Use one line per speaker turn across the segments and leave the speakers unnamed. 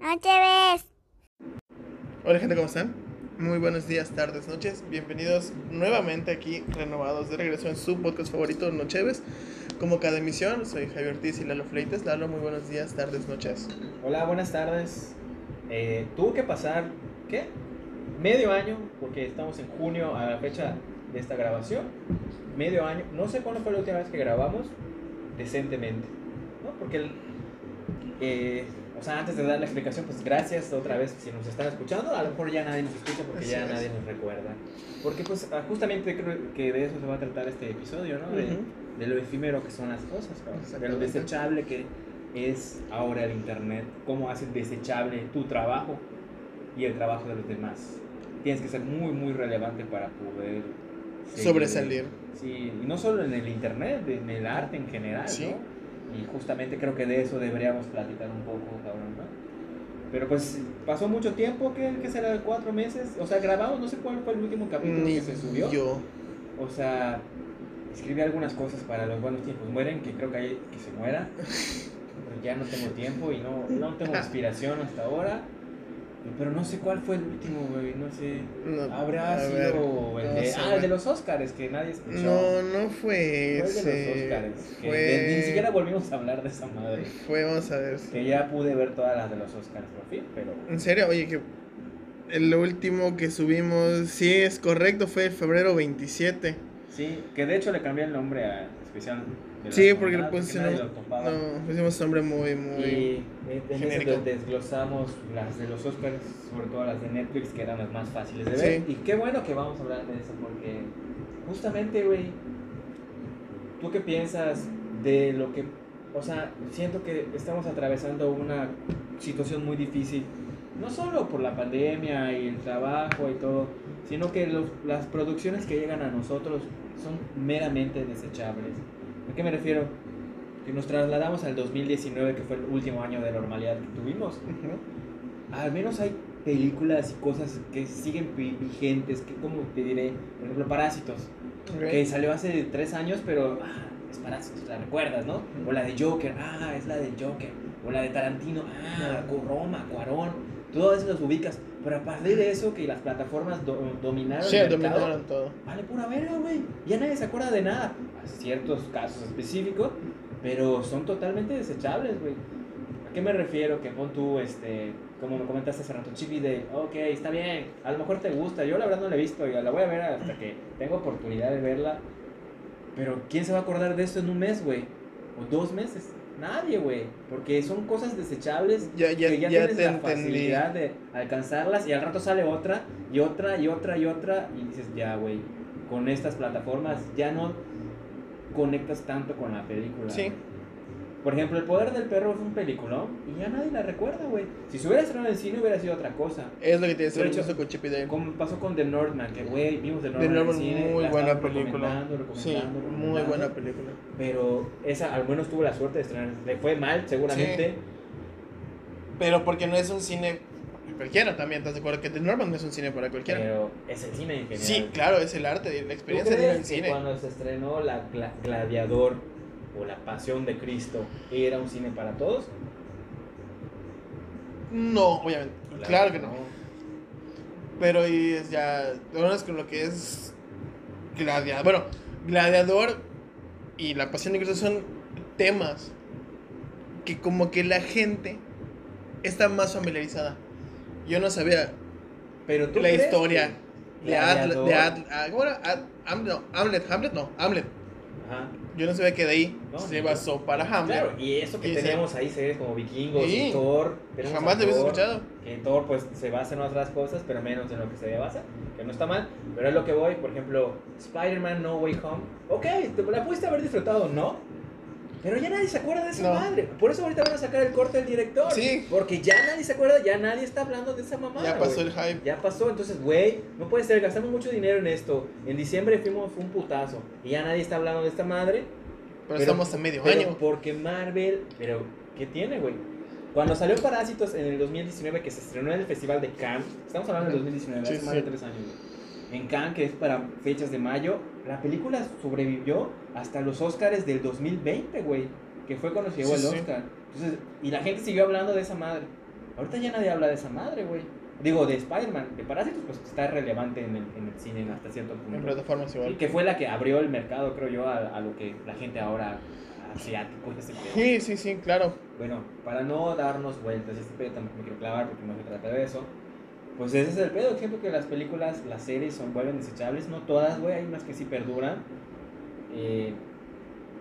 Noches.
Hola gente, ¿cómo están? Muy buenos días, tardes, noches. Bienvenidos nuevamente aquí, renovados de regreso en su podcast favorito, Nocheves. Como cada emisión, soy Javier Ortiz y Lalo Fleites. Lalo, muy buenos días, tardes, noches.
Hola, buenas tardes. Eh, tuvo que pasar, ¿qué? Medio año, porque estamos en junio a la fecha de esta grabación. Medio año. No sé cuándo fue la última vez que grabamos decentemente, ¿no? Porque, el- eh, o sea, antes de dar la explicación, pues gracias otra vez si nos están escuchando. A lo mejor ya nadie nos escucha porque
Así
ya
es.
nadie nos recuerda. Porque, pues, ah, justamente creo que de eso se va a tratar este episodio, ¿no? De-
Ujú.
de lo efímero que son las cosas, cabrón, de lo
Exactamente.
desechable que es ahora el internet, cómo hace desechable tu trabajo y el trabajo de los demás. Tienes que ser muy, muy relevante para poder seguir.
Sobresalir.
Sí, y no solo en el internet, en el arte en general,
Sí.
¿no? Y justamente creo que de eso deberíamos platicar un poco, cabrón, ¿no? Pero pues pasó mucho tiempo, que será? ¿Cuatro meses? O sea, grabamos, no sé cuál fue el último capítulo
Ni
que se subió.
yo.
O sea, escribí algunas cosas para los buenos tiempos. Mueren, que creo que hay que se muera. Pero ya no tengo tiempo y no, no tengo inspiración hasta ahora. Pero no sé cuál fue el último, güey. No sé.
No,
Habrá
a
sido
ver,
el
no
de.
sé,
Ah, el de
güey.
los Oscars, que nadie escuchó.
No, no
Fue
fue
el de
ese.
los Oscars. que de- ni siquiera
Fue.
volvimos a hablar de esa madre.
Fue, vamos a ver.
Que ya pude ver todas las de los Oscars por fin, pero.
En serio, oye, que. El último que subimos, sí es correcto, fue el febrero 27.
Sí, que de hecho le cambié el nombre a especial. de las
Sí, porque
jornadas,
le
nadie lo
pusimos.
topaba.
No, pusimos nombre muy, muy.
Y eh, en en
genérico.
eso desglosamos las de los Oscars, sobre todo las de Netflix, que eran las más fáciles de ver.
Sí.
Y qué bueno que vamos a hablar de eso, porque justamente, güey, ¿tú qué piensas de lo que... O sea, siento que estamos atravesando una situación muy difícil, no solo por la pandemia y el trabajo y todo, sino que los- las producciones que llegan a nosotros son meramente desechables. ¿A qué me refiero? Que nos trasladamos al 2019, que fue el último año de normalidad que tuvimos.
Ujú.
Al menos hay películas y cosas que siguen vi- vigentes, que como te diré, por ejemplo, Parásitos,
Ok.
que salió hace tres años, pero ah, es Parásitos, la recuerdas, ¿no? O la de Joker, ah, es la del Joker. O la de Tarantino, ah, con Roma, Cuarón, todas esas las ubicas. Pero a partir de eso, que las plataformas do- dominaron
Sí,
el mercado,
dominaron todo.
vale pura verga, güey. Ya nadie se acuerda de nada. A ciertos casos específicos, pero son totalmente desechables, güey. ¿A qué me refiero? Que pon tú, este, como lo comentaste hace rato, Chibi, de, ok, está bien, a lo mejor te gusta. Yo la verdad no la he visto, ya la voy a ver hasta que tenga oportunidad de verla. Pero ¿quién se va a acordar de esto en un mes, güey? O dos meses. Nadie, güey. Porque son cosas desechables
Ya, ya,
que ya,
ya,
tienes
te
la
entendí.
facilidad de alcanzarlas y al rato sale otra y otra y otra y otra y dices ya güey con estas plataformas ya no conectas tanto con la película
Sí.
güey. por ejemplo El Poder del Perro es un peliculón y ya nadie la recuerda güey si se hubiera estrenado en cine hubiera sido otra cosa
Es lo que te
De
decía
hecho,
eso con Chip y Dale.
como pasó con The Northman que güey vimos The
De
Northman,
nuevo,
en cine,
muy
la
buena
estábamos
película.
recomendando,
Sí,
recomendando,
muy
recomendando,
buena película.
pero esa al menos tuvo la suerte de estrenar le fue mal seguramente
Pero porque no es un cine para cualquiera también, ¿estás de acuerdo? Que The Norman no es un cine para cualquiera.
pero es el cine en general
Sí, claro, es el arte, la
¿Tú
experiencia de ir al
crees que
cine.
cuando se estrenó la Gla- Gladiador o la Pasión de Cristo era un cine para todos?
No, obviamente. Claro, que no. Pero y es ya, ahora es con lo que es Gladiador. Bueno, Gladiador y la Pasión de Cristo son temas que como que la gente está más familiarizada. Yo no sabía
Pero tú
la
crees
historia
que
de Hamlet,
Gladiador-
de Atl- ah, ¿cómo era? At- Hamlet, no, Hamlet, Hamlet, no, Hamlet.
Ajá.
Yo no sabía que de ahí
No,
se
ni yo.
basó para Hamlet.
Claro, y eso que
Y sí.
tenemos ahí series como Vikingos,
Sí.
y Thor. tenemos
Jamás
a
te hubiese
Thor,
escuchado.
Que Thor pues se basa en otras cosas, pero menos en lo que se basa, que no está mal. Pero es lo que voy, por ejemplo, Spider-Man No Way Home. Ok, te- la pudiste haber disfrutado, ¿no? Pero ya nadie se acuerda de esa
No.
madre. Por eso ahorita van a sacar el corte del director.
Sí.
Porque ya nadie se acuerda, ya nadie está hablando de esa mamada.
ya pasó
güey.
el hype.
Ya pasó, entonces, güey, no puede ser, gastamos mucho dinero en esto. En diciembre fuimos fue un putazo y ya nadie está hablando de esta madre.
Pero, estamos a medio
pero
año.
Porque Marvel, pero ¿qué tiene, güey? Cuando salió Parásitos en el 2019 que se estrenó en el Festival de Cannes, estamos hablando del 2019,
Sí,
hace más de
sí.
tres años. güey. En Cannes, que es para fechas de mayo, la película sobrevivió hasta los Oscars del 2020, güey, que fue cuando se llevó
Sí,
el
sí.
Oscar. Entonces, y la gente siguió hablando de esa madre. Ahorita ya nadie habla de esa madre, güey. Digo, de Spider-Man. De Parásitos, pues está relevante en el, en el cine hasta cierto
En
punto.
plataformas
Sí,
igual.
que fue la que abrió el mercado, creo yo, a, a lo que la gente ahora asiático y ese pedo.
Sí, sí, sí, claro.
Bueno, para no darnos vueltas, este pedo tampoco me quiero clavar porque no se trata de eso. Pues ese es el pedo, siento que las películas, las series son vuelven desechables, no todas, güey, hay unas que sí perduran. eh,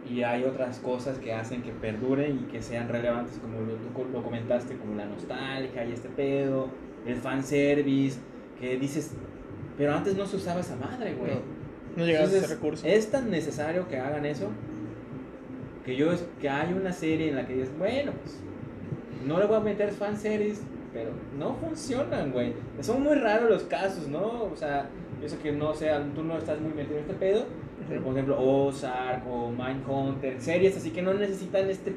y hay otras cosas que hacen que perduren y que sean relevantes, como lo, tú co- lo comentaste, como la nostalgia y este pedo, el fanservice, que dices, pero antes no se usaba esa madre, güey.
No. No llegaste a ese
Entonces,
recurso.
Es tan necesario que hagan eso que yo es- que hay una serie en la que dices, bueno, pues no le voy a meter fanseries, pero no funcionan, güey. Son muy raros los casos, ¿no? O sea, yo sé que no sea, tú no estás muy metido en este pedo, pero por ejemplo, Ozark o Mindhunter, series así que no necesitan este.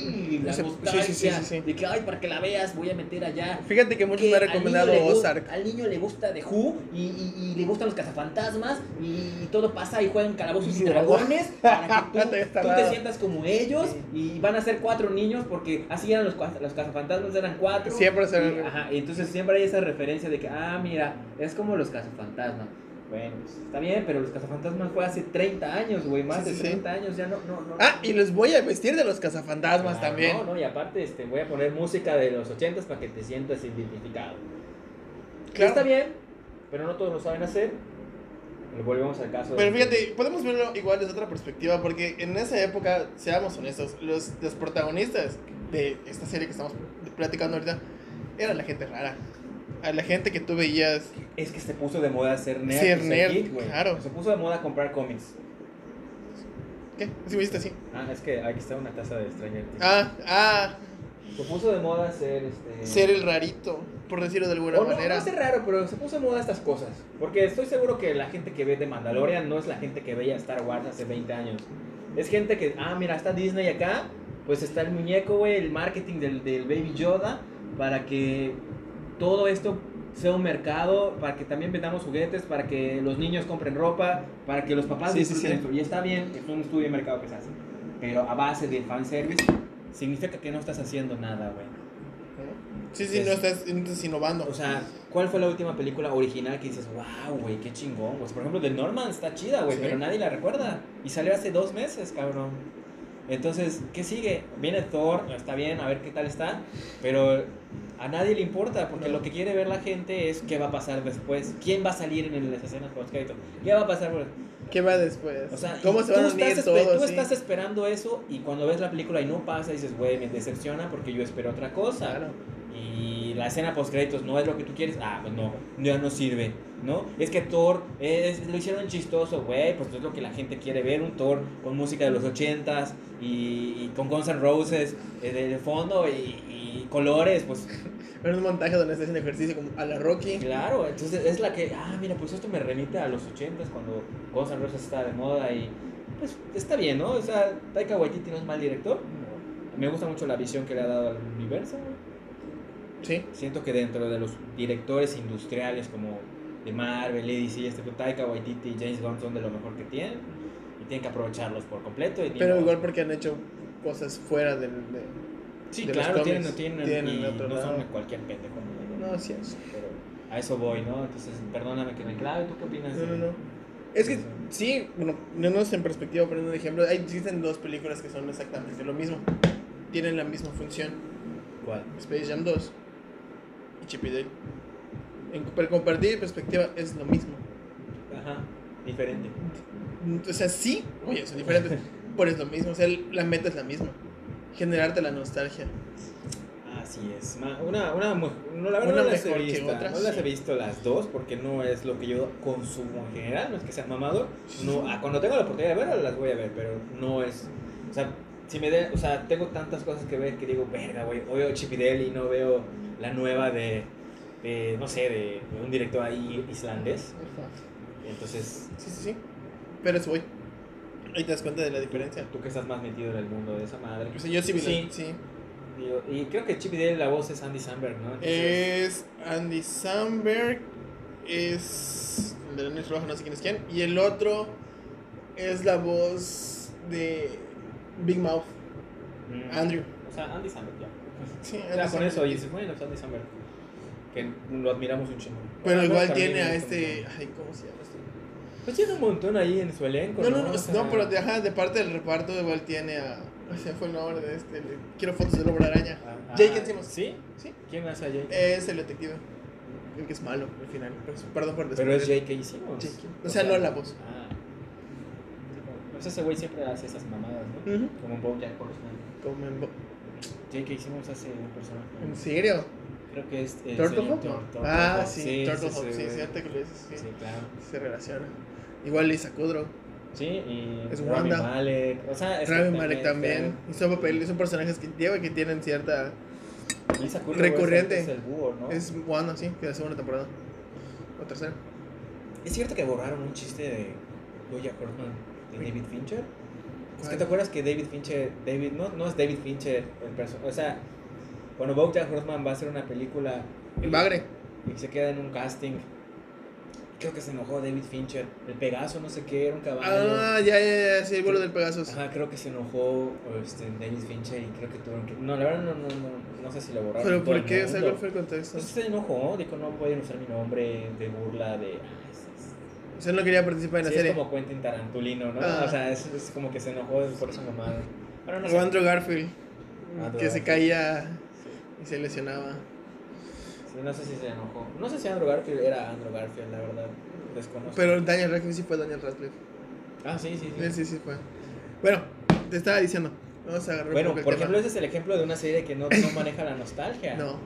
Uy, la
Ese- sí, sí,
nostalgia
sí, sí, sí.
De que, ay, para que la veas, voy a meter allá
Fíjate que muchos
que
me han
al niño
recomendado
le gu-
Ozark.
Al niño le gusta The Who y, y- y le gustan los cazafantasmas y todo pasa y juegan calabozos y
Y
dragones para que tú,
Está
tú te
raro.
sientas como ellos y van a ser cuatro niños porque así eran los, cua- los cazafantasmas, eran cuatro.
Siempre se
Y,
ven.
ajá, y entonces siempre hay esa referencia de que, ah, mira, es como los cazafantasmas. Bueno, pues, está bien, pero los cazafantasmas fue hace 30 años, güey, más
Sí,
de
sí, sí.
30 años, ya no, no, no.
Ah, y los voy a vestir de los cazafantasmas
Claro,
también.
No, no, y aparte este, voy a poner música de los 80s para que te sientas identificado.
Claro.
Está bien, pero no todos lo saben hacer. Pero Volvemos al caso.
Pero
de-
fíjate, podemos verlo igual desde otra perspectiva, porque en esa época, seamos honestos, los, los protagonistas de esta serie que estamos platicando ahorita era la gente rara. A la gente que tú veías.
Es que se puso de moda ser nerd.
Ser
y
nerd,
geek, güey.
claro.
Se puso de moda comprar cómics.
¿Qué? ¿Sí me hiciste así?
Ah, es que aquí está una taza de Stranger Things.
Ah, ah,
Se puso de moda ser este.
ser el rarito, por decirlo de alguna
O no,
manera.
no ser raro, pero se puso de moda estas cosas. Porque estoy seguro que la gente que ve de Mandalorian no es la gente que veía Star Wars hace 20 años. Es gente que, ah, mira, está Disney acá, pues está el muñeco, güey, el marketing del, del Baby Yoda, para que todo esto sea un mercado, para que también vendamos juguetes, para que los niños compren ropa, para que los papás
Sí, sí,
disfruten
sí.
esto. Y está bien, es un estudio de mercado que se hace. Pero a base de fanservice, significa que no estás haciendo nada, güey.
Sí, sí, no estás, no estás innovando.
O sea, ¿cuál fue la última película original que dices, wow, güey, qué chingón? Pues, por ejemplo, The Norman está chida, güey,
Sí.
pero nadie la recuerda. Y salió hace dos meses, cabrón. Entonces, ¿qué sigue? Viene Thor, está bien, a ver qué tal está, pero a nadie le importa, porque
No.
lo que quiere ver la gente es qué va a pasar después, quién va a salir en las escenas post qué va a pasar. por-
¿Qué va después?
O sea,
¿Cómo
y
se van a
tú, estás,
unir
espe-
todos?
tú
sí?
estás esperando eso y cuando ves la película y no pasa, dices, güey, me decepciona porque yo espero otra cosa
Claro.
y la escena post créditos no es lo que tú quieres, ah, pues no, ya no sirve, ¿no? Es que Thor es, lo hicieron chistoso, güey, pues es lo que la gente quiere ver, un Thor con música de los ochentas y, y con Guns N' Roses eh, de, de fondo y, y colores, pues
Era un montaje donde está haciendo ejercicio como a la Rocky.
claro, entonces es la que, ah, mira, pues esto me remite a los ochentas cuando Guns N' Roses estaba de moda y pues está bien, ¿no? O sea, Taika Waititi no es mal director, me gusta mucho la visión que le ha dado al universo, güey.
Sí.
siento que dentro de los directores industriales como de Marvel, DC, este tipo, Taika Waititi y James Gunn son de lo mejor que tienen y tienen que aprovecharlos por completo. Y ni
Pero
modo.
igual porque han hecho cosas fuera del. de-
sí,
de los
claro, tienen,
cómics,
tienen,
tienen
y
otro
no son
lado.
cualquier pendejo. ¿no?
No, sí es.
Pero a eso voy, ¿no? Entonces, perdóname que me clave, ¿tú qué opinas?
No, no, no. Es que sí, bueno, no, no es en perspectiva, poniendo un ejemplo. Hay, existen dos películas que son exactamente lo mismo. Tienen la misma función.
¿Cuál?
Space Jam 2 y Chip y Dale. En, pero compartir perspectiva es lo mismo.
Ajá, diferente.
O sea, sí, oye, son diferentes, pero es lo mismo. O sea, la meta es la misma. Generarte la nostalgia.
Así es. ma- Una, una, mu- no, la verdad
Una
no las he
mejor que
visto.
otra,
no las
sí.
he visto las dos porque no es lo que yo consumo en general. No es que sea mamado. No, ah, cuando tengo la oportunidad de verlas, las voy a ver, pero no es. O sea, si me de- o sea, tengo tantas cosas que ver que digo, verga, güey. Hoy veo Chip y Dale y no veo la nueva de, de, no sé, de, de un director ahí islandés. Entonces,
Sí, sí, sí. Pero eso voy. Ahí te das cuenta de la diferencia.
tú que estás más metido en el mundo de esa madre.
O sea, yo sí vi la-
Sí.
sí.
Digo, y creo que Chip y Dale la voz es Andy Samberg, ¿no? Entonces,
Es Andy Samberg, es el de Daniel Roja, no sé quién es quién, y el otro es la voz de Big Mouth,
mm,
Andrew.
O mm, sea, Andy Samberg, ya.
Sí,
Era
eres-
Ah, con eso, y dices, bueno, Andy Samberg, que lo admiramos un chingo.
Pero
Bueno,
igual
Ah, para mí
tiene
me
a
gusta
este.
mucho.
Ay, ¿cómo se llama este?
Pues tiene un montón ahí en su elenco.
No, no, no,
O sea,
no, pero de, ajá, de parte del reparto igual tiene a. O sea, fue el nombre de este. el- Quiero fotos del hombre araña.
ah, ah,
Jake Encima.
¿Sí?
Sí. Eh,
¿Quién hace a Jake?
Es el detective. El que es malo al final. Pero- Perdón por
pero es
descubrir.
Jake hicimos.
Jake. O sea, no la voz.
Ah. Pues ese güey siempre hace esas mamadas, ¿no?
Ujú.
Como Bojack Horseman.
Como en, bo-
Jake hicimos hace un personaje.
¿En serio?
Creo que es. eh,
Mm, ¿Turtle
sí,
Hawk?
Tur-
no?
Turtle
Ah,
Hawk.
sí, Turtle
sí,
Hawk,
sí,
sí,
güey.
cierto que lo dices, sí.
Sí, claro.
Se relaciona. Igual Lisa Kudrow.
Sí, y.
Es
Rami
Wanda.
Malek. O sea, es que
Rami Malek también.
está-
Hizo papeles, son personajes que lleva que tienen cierta.
Lisa Kudrow
Recurrente.
Es el, es el búho, ¿no?
Es bueno, sí, que la segunda temporada. O tercera.
¿Es cierto que borraron un chiste de Goya Horseman de David Fincher? Es que
¿Cuál?
te acuerdas que David Fincher, David, no, no es David Fincher el personaje, o sea, cuando Bojack Horseman va a hacer una película
El bagre.
y se queda en un casting, creo que se enojó David Fincher, el Pegaso no sé qué, era un caballo.
Ah, ya, ya, ya, sí, el vuelo del Pegasus.
Ajá, creo que se enojó este, David Fincher y creo que tuvieron que... No, la verdad no, no, no, no sé si lo borraron.
Pero
en todo
¿por
el
qué? O sea,
mundo.
¿cuál fue el contexto?
Entonces se enojó, dijo no pueden usar mi nombre de burla, de... "Ah, es- es-
O sea, no quería participar en la
Sí,
serie.
es como Quentin Tarantulino, ¿no?
Ah.
O sea, es, es como que se enojó por esa mamada. Pero no
O
sé. Ah,
Andrew Garfield.
Andrew
que se
Garfield.
caía y se lesionaba.
Sí, no sé si se enojó. No sé si Andrew Garfield era Andrew Garfield, la verdad. Desconozco.
Pero Daniel Radcliffe sí fue Daniel Radcliffe.
Ah, sí, sí, sí.
Sí, sí, sí fue. Bueno, te estaba diciendo. Vamos a agarrar
Bueno,
un poco
por
el
ejemplo, ese es el ejemplo de una serie que no, no maneja la nostalgia.
tema. No.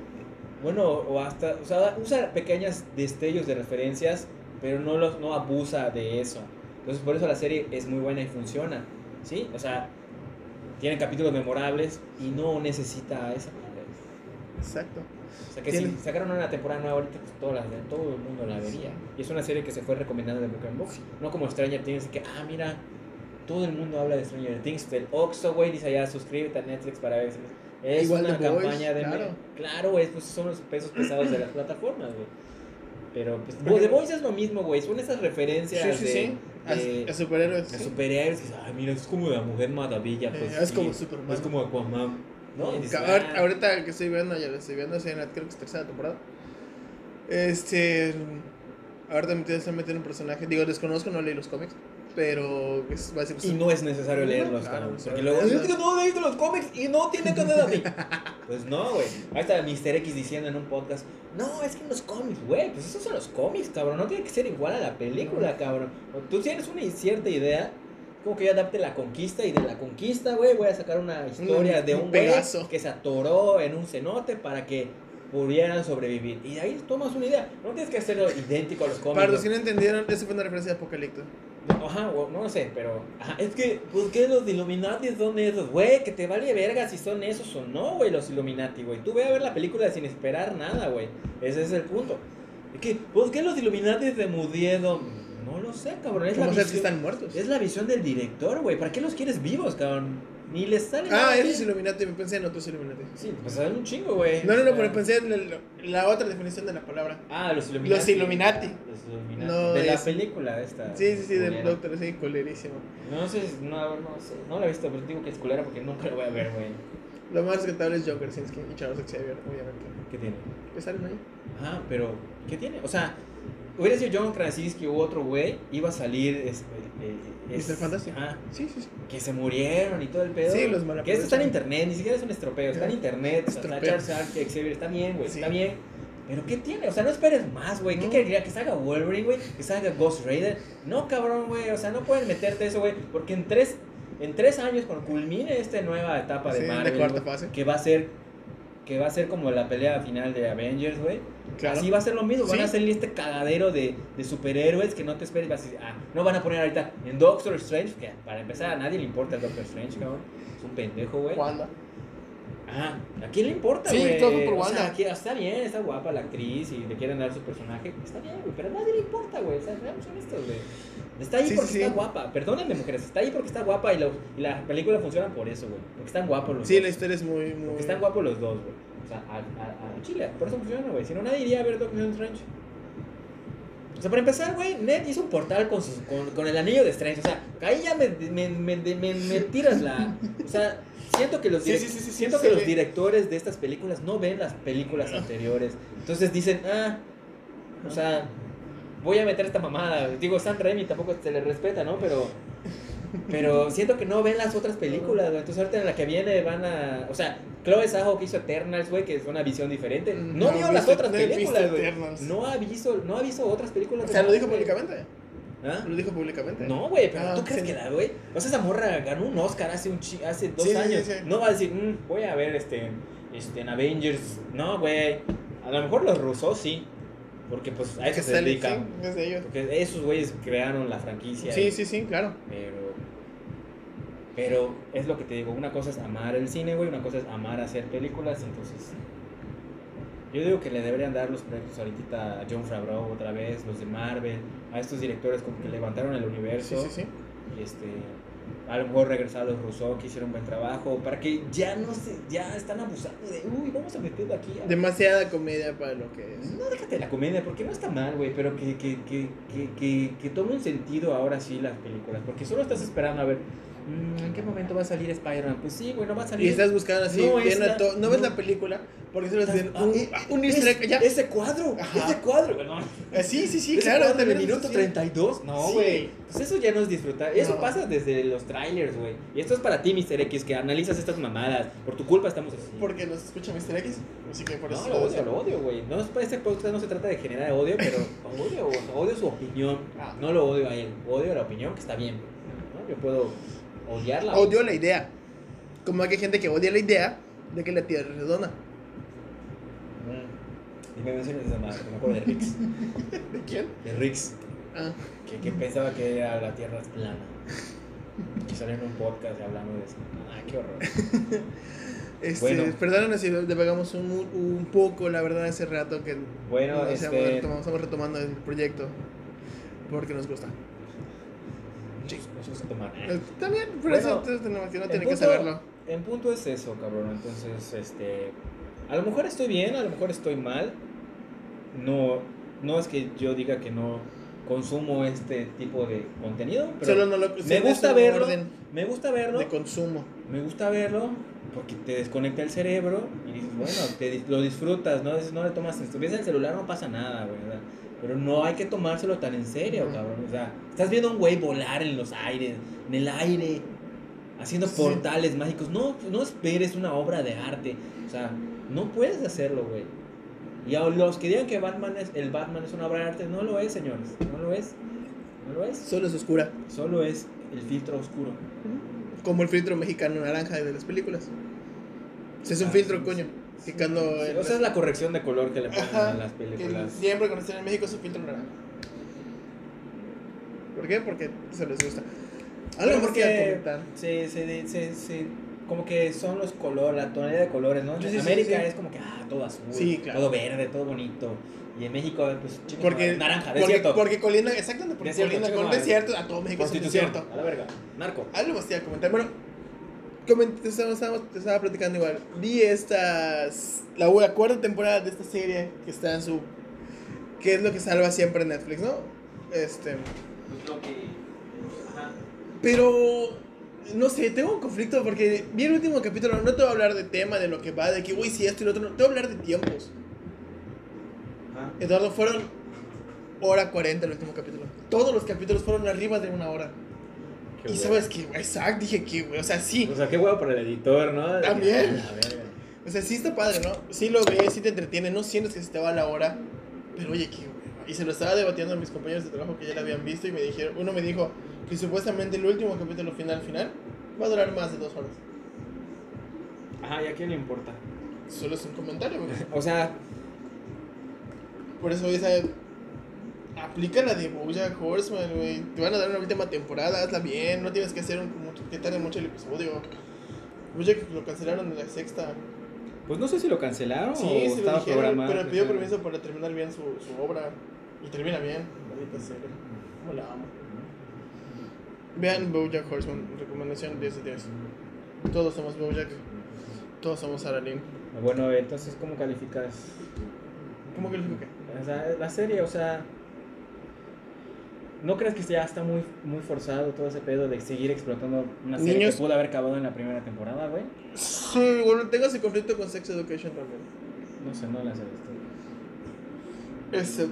Bueno, o hasta, o sea, usa pequeños destellos de referencias, pero no los no abusa de eso. Entonces, por eso la serie es muy buena y funciona, ¿sí? O sea, tiene capítulos memorables y no necesita esa
Exacto.
O sea que
Tiene-
si sacaron una temporada nueva ahorita, pues todas las de todo el mundo la vería. Y es una serie que se fue recomendando de book en book. No como Stranger Things, que, ah, mira, todo el mundo habla de Stranger Things. El Oxxo, güey, dice allá, suscríbete a Netflix para ver. Es
Igual
una
The Boys,
campaña de...
claro.
Claro, es, pues, son los pesos pesados de las plataformas, güey. Pero, pues, güey, The Voice es lo mismo, güey. Son esas referencias
Sí, sí,
de,
sí. A,
de-
a superhéroes.
de
sí.
superhéroes. Que, ah, mira, es como la mujer maravilla.
Eh,
Pues,
es
sí.
como Superman.
Es como Aquaman. ¿no? Y dices,
Ca- ahor-
ah,
Ahorita que estoy viendo, ya lo estoy viendo, sí, en la, creo que es tercera temporada. Este. Ahorita me tienes que meter un personaje. Digo, desconozco, no leí los cómics. Pero es básicamente.
Y no es necesario leerlos,
Pues Claro,
cabrón,
sí,
Porque
claro.
luego, es que no he leído los cómics y no tiene que ver a mí. Pues no, güey. Ahí está Mr. X diciendo en un podcast: No, es que en los cómics, güey, pues esos son los cómics, cabrón. No tiene que ser igual a la película, cabrón. O Tú tienes una cierta idea, como que ya adapte la conquista y de la conquista, güey, voy a sacar una historia
Un-
de
un
un güey
Pegaso.
que se atoró en un cenote para que pudieran sobrevivir. Y de ahí tomas una idea. No tienes que hacerlo idéntico a los cómics.
Para
güey.
los que no entendieron, eso fue una referencia de Apocalipto.
Ajá, o- no sé, pero. ajá, es que, ¿por qué los Illuminati son esos? Güey, que te vale verga si son esos o no, güey, los Illuminati, güey. Tú ve a ver la película sin esperar nada, güey. Ese es el punto. Es que, ¿por qué los Illuminati se murieron? No lo sé, cabrón. Es la,
¿Cómo sabes que
visión,
están muertos?
es la visión del director, güey. ¿Para qué los quieres vivos, cabrón? Ni les sale
Ah,
nada
eso
bien.
es Illuminati, me pensé en otros Illuminati.
Sí, pues sale un chingo, güey.
No, no,
O
no,
sea,
pero pensé en el- la otra definición de la palabra.
Ah, los Illuminati.
Los Illuminati.
Los Illuminati.
No,
de
es-
la película esta.
Sí, sí, sí, del
culera.
Doctor, sí, colerísimo.
No sé, no, no sé, no la he visto, pero digo que es culera porque nunca la voy a ver, güey.
Lo más respetable es John Krasinski y Charles Xavier, obviamente.
¿Qué tiene?
¿Qué salen ahí?
Ah, pero, ¿qué tiene? O sea, hubiera sido John Krasinski u otro güey, iba a salir... Es, eh, es-
Mr. Fantástico.
Ajá,
Sí, sí, sí.
que se murieron y todo el pedo.
Sí, los
Que esto está en
malaprovechan.
internet, ni siquiera es un estropeo, está en internet. O sea, está
Estropeo.
Charles Ar- Xavier, está bien, güey,
Sí.
está bien. Pero, ¿qué tiene? O sea, no esperes más, güey. ¿Qué
No.
querría? ¿Que salga Wolverine, güey? ¿Que salga Ghost Rider? No, cabrón, güey. O sea, no pueden meterte eso, güey. Porque en tres, en tres años, cuando culmine esta nueva etapa
Sí,
Ah, de
la
Marvel,
cuarta
güey,
fase.
que va a ser que va a ser como la pelea final de Avengers, güey.
Claro.
Así va a ser lo mismo, van
Sí.
a hacer este cagadero de, de superhéroes que no te esperes. vas a decir, ah, no van a poner ahorita en Doctor Strange, que para empezar a nadie le importa el Doctor Strange, cabrón. Es un pendejo, güey.
Wanda.
Ah, ¿a quién le importa,
Sí,
güey?
todo fue por
O sea,
Wanda.
aquí- está bien, está guapa la actriz y le quieren dar su personaje. Está bien, güey, pero a nadie le importa, güey. O sea, seamos honestos, güey. Está ahí
Sí,
porque
sí, sí.
está guapa. Perdónenme, mujeres, está ahí porque está guapa y, la- y las películas funcionan por eso, güey. Porque están guapos los
Sí,
dos.
la historia es muy, muy.
Porque están guapos los dos, güey. O sea, a, a, a Chile, por eso funciona, güey. Si no, nadie iría a ver Doctor Strange. O sea, para empezar, güey, Ned hizo un portal con, sus- con, con el anillo de Strange. O sea, ahí ya me, me, me, me- me tiras la. O sea, siento que los,
Sí,
direc-
sí, sí, sí,
siento
sí,
que
sí,
los
sí.
directores de estas películas no ven las películas anteriores. Entonces dicen, ah, o sea, voy a meter esta mamada. Digo, Sam Raimi tampoco se le respeta, ¿no? Pero. Pero siento que no ven las otras películas, güey. Entonces ahorita en la que viene van a. O sea, Chloe Sajo que hizo Eternals, güey, que es una visión diferente. No,
Mm. No
vio
viste-
las otras
no he visto
películas, güey.
Eternals.
No aviso, no aviso otras películas.
O
de
sea, lo
Marvel,
dijo
güey.
públicamente.
¿Ah?
Lo dijo públicamente.
No, güey, pero
Ah,
¿tú crees
sí.
que la, güey? O sea, esa morra ganó un Oscar hace un chi- hace dos
Sí, sí,
años.
sí, sí.
No va a decir, "Mm, voy a ver este, este en Avengers. No, güey. A lo mejor los rusos sí. Porque pues a eso
que
se
está el
dedican.
sí, es de ellos.
Porque esos güeyes crearon la franquicia.
Sí,
y-
sí, sí, claro.
Pero. Pero es lo que te digo, una cosa es amar el cine, güey, una cosa es amar hacer películas, entonces. Yo digo que le deberían dar los proyectos ahorita a John Favreau otra vez, los de Marvel, a estos directores como que levantaron el
Sí,
universo.
sí, sí.
Y este. A lo mejor regresar a los Rousseau que hicieron buen trabajo, para que ya no se. Ya están abusando de. Uy, vamos a meterlo aquí. a-
Demasiada comedia para lo que es.
no, déjate la comedia, porque no está mal, güey, pero que, que, que, que, que, que tome un sentido ahora sí las películas, porque solo estás esperando a ver, mm, ¿en qué momento va a salir Spider-Man? Pues sí, güey, no va a salir.
Y estás buscando así,
No
no,
es la-
no, ves
no.
la película porque solo
Estás-
dicen
ah,
un,
eh,
ah, un
es-
easter egg. Ya.
Ese cuadro,
Ajá.
ese cuadro, güey, no.
Ah, sí, sí, sí,
Ese
claro.
cuadro del
también es
minuto
así.
32. No,
Sí.
güey. Pues eso ya no es disfrutar. Eso
No.
pasa desde los trailers, güey. Y esto es para ti, Mr. X, que analizas estas mamadas. Por tu culpa estamos así.
Porque nos escucha Mr. X. Así que por
No,
eso.
lo odio, lo odio, güey. No, es- este podcast no se trata de generar odio, pero odio, güey. odio su opinión.
Ah.
No lo odio a él, odio la opinión que está bien. ¿no? Yo puedo odiarla. güey.
Odio la idea. Como hay gente que odia la idea de que la tierra es redonda.
Mm. Y me mencionas esa madre, me acuerdo de Rix.
¿De quién?
De Rix,
Ah,
que, que pensaba que era la tierra es plana. Y salió en un podcast hablando de eso. Ah, qué horror.
este,
Bueno.
perdónanos si devagamos un, un poco, la verdad, ese rato que
Bueno,
no
este.
estamos, retomando, estamos retomando el proyecto porque nos gusta.
chicos, nos gusta tomar.
Eh, También, por
Bueno,
eso ustedes no, que no
el
tienen que
punto-
saberlo.
En punto es eso, cabrón. Entonces, este. A lo mejor estoy bien, a lo mejor estoy mal. No, no es que yo diga que no consumo este tipo de contenido, pero
Solo no lo
me gusta
ver
verlo, me gusta verlo,
de consumo.
me gusta verlo porque te desconecta el cerebro y dices, bueno, te, dis- lo disfrutas, ¿no? Dices, no le tomas, si ves el celular no pasa nada, güey, ¿verdad? Pero no hay que tomárselo tan en serio,
Ujú.
cabrón. O sea, estás viendo a un güey volar en los aires, en el aire, haciendo
Sí.
portales mágicos. No, no esperes una obra de arte. O sea, no puedes hacerlo, güey. Y a los que digan que Batman es, el Batman es una obra de arte, no lo es, señores. No lo es. No lo es.
Solo es oscura.
Solo es el filtro oscuro.
Como el filtro mexicano naranja de las películas. Si es un
Ah,
filtro,
sí,
coño.
sí.
Picando
Sí,
en
o sea, es la corrección de color que le ponen
Ajá,
a las
que
películas.
siempre cuando estén en México es un filtro naranja. ¿Por qué? Porque se les gusta. Algo
Pero Ah,
porque
porque-
comentar.
Se, se, se, se- como que son los colores, la tonalidad de colores, ¿no?
Sí,
en
sí, sí,
América
sí.
es como que, ah, todo azul,
Sí, claro.
todo verde, todo bonito. Y en México, pues, chicos,
Porque,
naranja,
porque,
desierto.
porque colina, exactamente, porque
Desierto,
colina
chico,
con
madre.
desierto, a todo México es un
Constitución,
desierto.
a la verga, narco.
Algo más te iba a comentar. Bueno, comenté, te, estaba, estábamos- te estaba platicando igual. Vi estas. La, la cuarta temporada de esta serie que está en su. que es lo que salva siempre Netflix, ¿no? Este. Pero. No sé, tengo un conflicto porque vi el último capítulo. No te voy a hablar de tema, de lo que va, de que, güey, si esto y lo otro. No, te voy a hablar de tiempos. Eduardo, fueron hora 40 el último capítulo. Todos los capítulos fueron arriba de una hora.
Qué
y
huevo.
sabes que, exacto, dije que, güey, o sea, sí.
O sea, qué huevo para el editor, ¿no?
También.
A la verga.
O sea, sí está padre, ¿no? Sí lo ves, sí te entretiene, no sientes que se te va la hora. Pero oye, qué hueva. Y se lo estaba debatiendo a mis compañeros de trabajo que ya la habían visto y me dijeron, uno me dijo que supuestamente el último capítulo final final va a durar más de dos horas.
Ajá, ¿y a quién le importa?
Solo es un comentario, güey.
O sea,
Por eso esa aplica la de Bojack Horseman, güey. Te van a dar una última temporada, hazla bien, no tienes que hacer un mucho, que tarde mucho el episodio. Bojack lo cancelaron en la sexta.
pues no sé si lo cancelaron
Sí,
o
sí lo
estaba
dijeron,
programado.
pero pidió permiso para terminar bien su, su obra. Y termina bien. Maldita sea. Cómo la amo. Vean Bojack Horseman, recomendación 10 de 10.
Pues,
Todos somos Bojack, todos somos Aralyn.
Bueno, entonces, ¿cómo calificas
¿Cómo que lo que?
O sea, la serie, o sea, ¿No crees que ya está muy, muy forzado todo ese pedo de seguir explotando una serie
Niños-
que pudo haber acabado en la primera temporada, güey?
Sí, bueno, tengo ese conflicto con Sex Education también.
No sé, no las he visto.
Este,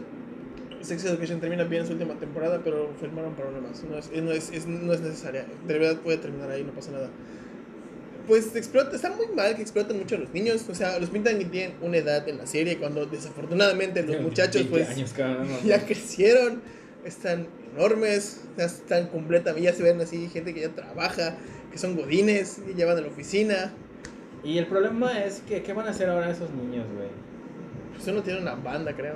Sex Education termina bien en su última temporada, pero firmaron para una más. No es, no es, es- no es necesaria. De verdad puede terminar ahí, no pasa nada. Pues explota, está muy mal que explotan mucho a los niños. O sea, los pintan y tienen una edad en la serie cuando desafortunadamente los muchachos
20
pues
años, cabrón, no,
ya
no.
crecieron, están enormes, ya están completamente, ya se ven así gente que ya trabaja, que son godines, que llevan a la oficina.
Y el problema es que, ¿qué van a hacer ahora esos niños, güey?
Pues uno tiene una banda, creo.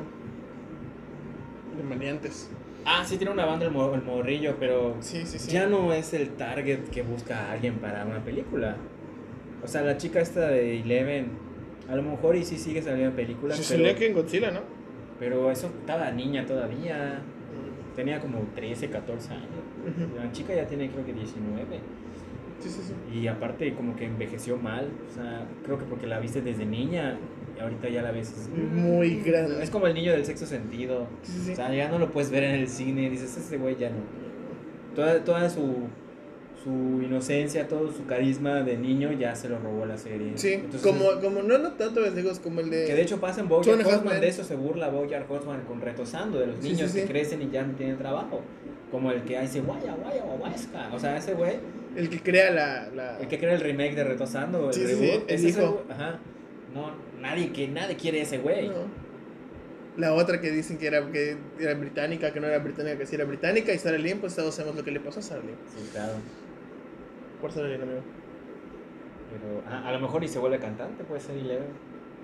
De maleantes.
Ah, sí tiene una banda el, mo- el morrillo, pero
Sí, sí, sí.
ya no es el target que busca a alguien para una película. O sea, la chica esta de Eleven, a lo mejor y sí sigue saliendo en películas,
Se
pero,
salía que en Godzilla, ¿no?
pero eso estaba niña todavía. Tenía como 13, 14 años.
Ujú.
La chica ya tiene creo que 19.
Sí, sí, sí.
Y aparte como que envejeció mal. O sea, creo que porque la viste desde niña y ahorita ya la ves.
Muy grande.
Es como el niño del sexo sentido.
Sí, sí, sí.
O sea, ya no lo puedes ver en el cine. Dices, este güey ya no. Toda, toda su, su inocencia, todo su carisma de niño ya se lo robó la serie.
Sí,
Entonces,
como, como no, no tanto pendejos como el de.
Que de hecho pasa en
Two
Bojack
and a Half
Horseman,
Men.
de eso se burla Bojack Horseman con retosando de los
Sí,
niños
sí, sí.
que crecen y ya no tienen trabajo. Como el que dice guaya, guaya, guayasca. O sea, ese güey,
El que crea la. la...
el que crea el remake de retosando, el
Sí, sí, sí,
reboot,
el
es ese
hijo.
güey- Ajá. No, nadie, que, nadie quiere ese güey.
No. La otra que dicen que era, que era británica, que no era británica, que sí era británica, y Sarah Lynn, pues todos sabemos lo que le pasó a Sarah Lynn.
Sí, claro.
Por Sarah Lynn, amigo.
Pero ajá, a lo mejor y se vuelve cantante, puede ser Eleven.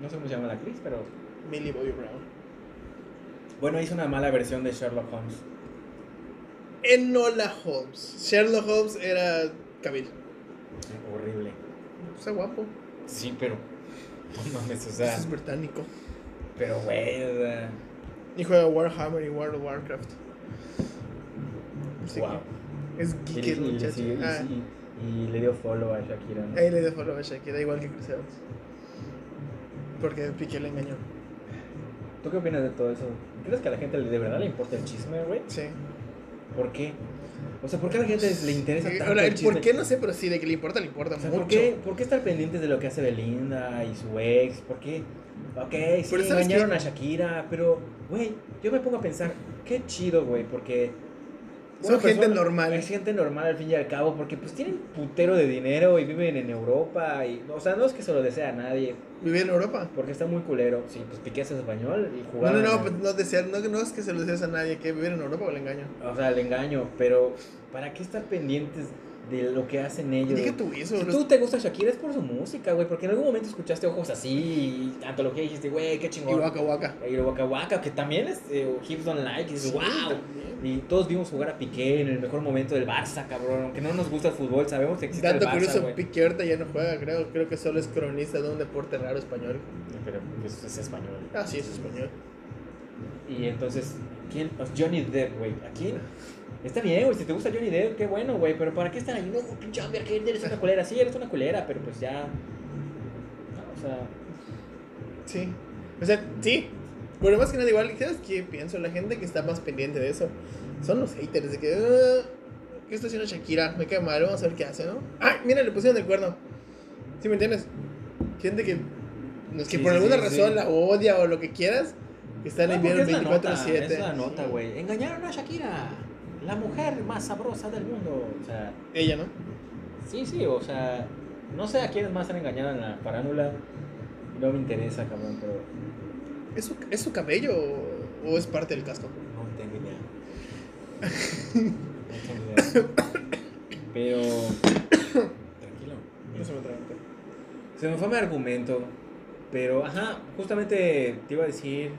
No sé cómo se llama la actriz, pero...
Millie Bobby Brown.
Bueno, hizo una mala versión de Sherlock Holmes.
Enola Holmes. Sherlock Holmes era Cavill.
Horrible.
Está guapo.
Sí, pero... No mames, o sea...
Eso es británico.
Pero, güey, o sea,
Y juega Warhammer y World of Warcraft. Así que
wow.
Es
Y,
geek el
y- y-
muchacho.
sí, y-
Ah,
sí, Eh. y le dio follow a Shakira. ¿no?
Ahí le dio follow a Shakira, igual que Chris Evans. Porque Piqué le engañó.
¿Tú qué opinas de todo eso? ¿Crees que a la gente le- de verdad le importa el chisme, güey?
Sí.
¿Por qué? O sea, ¿por qué a la gente le interesa
Eh,
tanto
Ahora,
el
el
chisme?
por qué no sé, pero sí, de que le importa, le importa
O sea,
mucho.
¿por qué, ¿por qué estar pendientes de lo que hace Belinda y su ex? ¿Por qué? Ok, sí,
Pero ¿sabes
engañaron
qué?
a Shakira, pero, güey, yo me pongo a pensar, qué chido, güey, porque...
Son
una
gente normal.
Es gente normal al fin y al cabo, porque pues tienen putero de dinero y viven en Europa y... O sea, no es que se lo desea a nadie,
Vivía en Europa.
Porque está muy culero. Sí, pues Piqué es español y
No,
jugaba.
no, no, pues no, desear, no, no es que se lo deseas a nadie que vivir en Europa o le engaño.
O sea, el engaño. Pero, ¿para qué estar pendientes de lo que hacen ellos?
Dije tú eso,
Si
los-
tú te gusta Shakira es por su música, güey. Porque en algún momento escuchaste ojos así y antología y dijiste, güey, qué
y
chingón.
Waka Waka.
Y el Waka Waka, que también es eh, Hips Don't Like. Y dices,
Sí,
wow.
también.
Y todos vimos jugar a Piqué en el mejor momento del Barça, cabrón. Aunque no nos gusta el fútbol, sabemos que existe
Dato
el Barça,
curioso,
güey.
Piqué ahorita ya no juega, creo. Creo que solo es cronista de un deporte raro español.
Pero pues, es español.
Ah, sí, es español.
Y entonces, ¿quién? O Johnny Depp, güey. ¿A quién? Está bien, güey. Si te gusta Johnny Depp, qué bueno, güey. Pero ¿para qué estar ahí? No, pinche Amber Heard, eres una culera. Sí, eres una culera, pero pues ya. No, o sea,
Sí. O sea, sí. Pero más que nada, igual, ¿sabes qué pienso? La gente que está más pendiente de eso son los haters. De que, "Ah, ¿qué está haciendo Shakira? Me cae mal, vamos a ver qué hace, ¿no? ¡Ay, mira, le pusieron el cuerno! ¿Sí me entiendes? Gente que, no, es que
Sí,
por
sí,
alguna
sí,
razón
sí.
la odia o lo que quieras, que están
no,
en
porque
enviando
es la nota,
24-7.
es la nota, güey. Engañaron a Shakira, la mujer más sabrosa del mundo. O sea,
Ella, ¿no?
sí, sí, o sea, no sé a quiénes más han engañado en la parándula. No me interesa, cabrón, pero
¿Es su, es su cabello o, o es parte del casco?
No tengo idea. No tengo idea. Pero. Tranquilo.
No se me atraganta.
Se me fue mi argumento. Pero, ajá, justamente te iba a decir.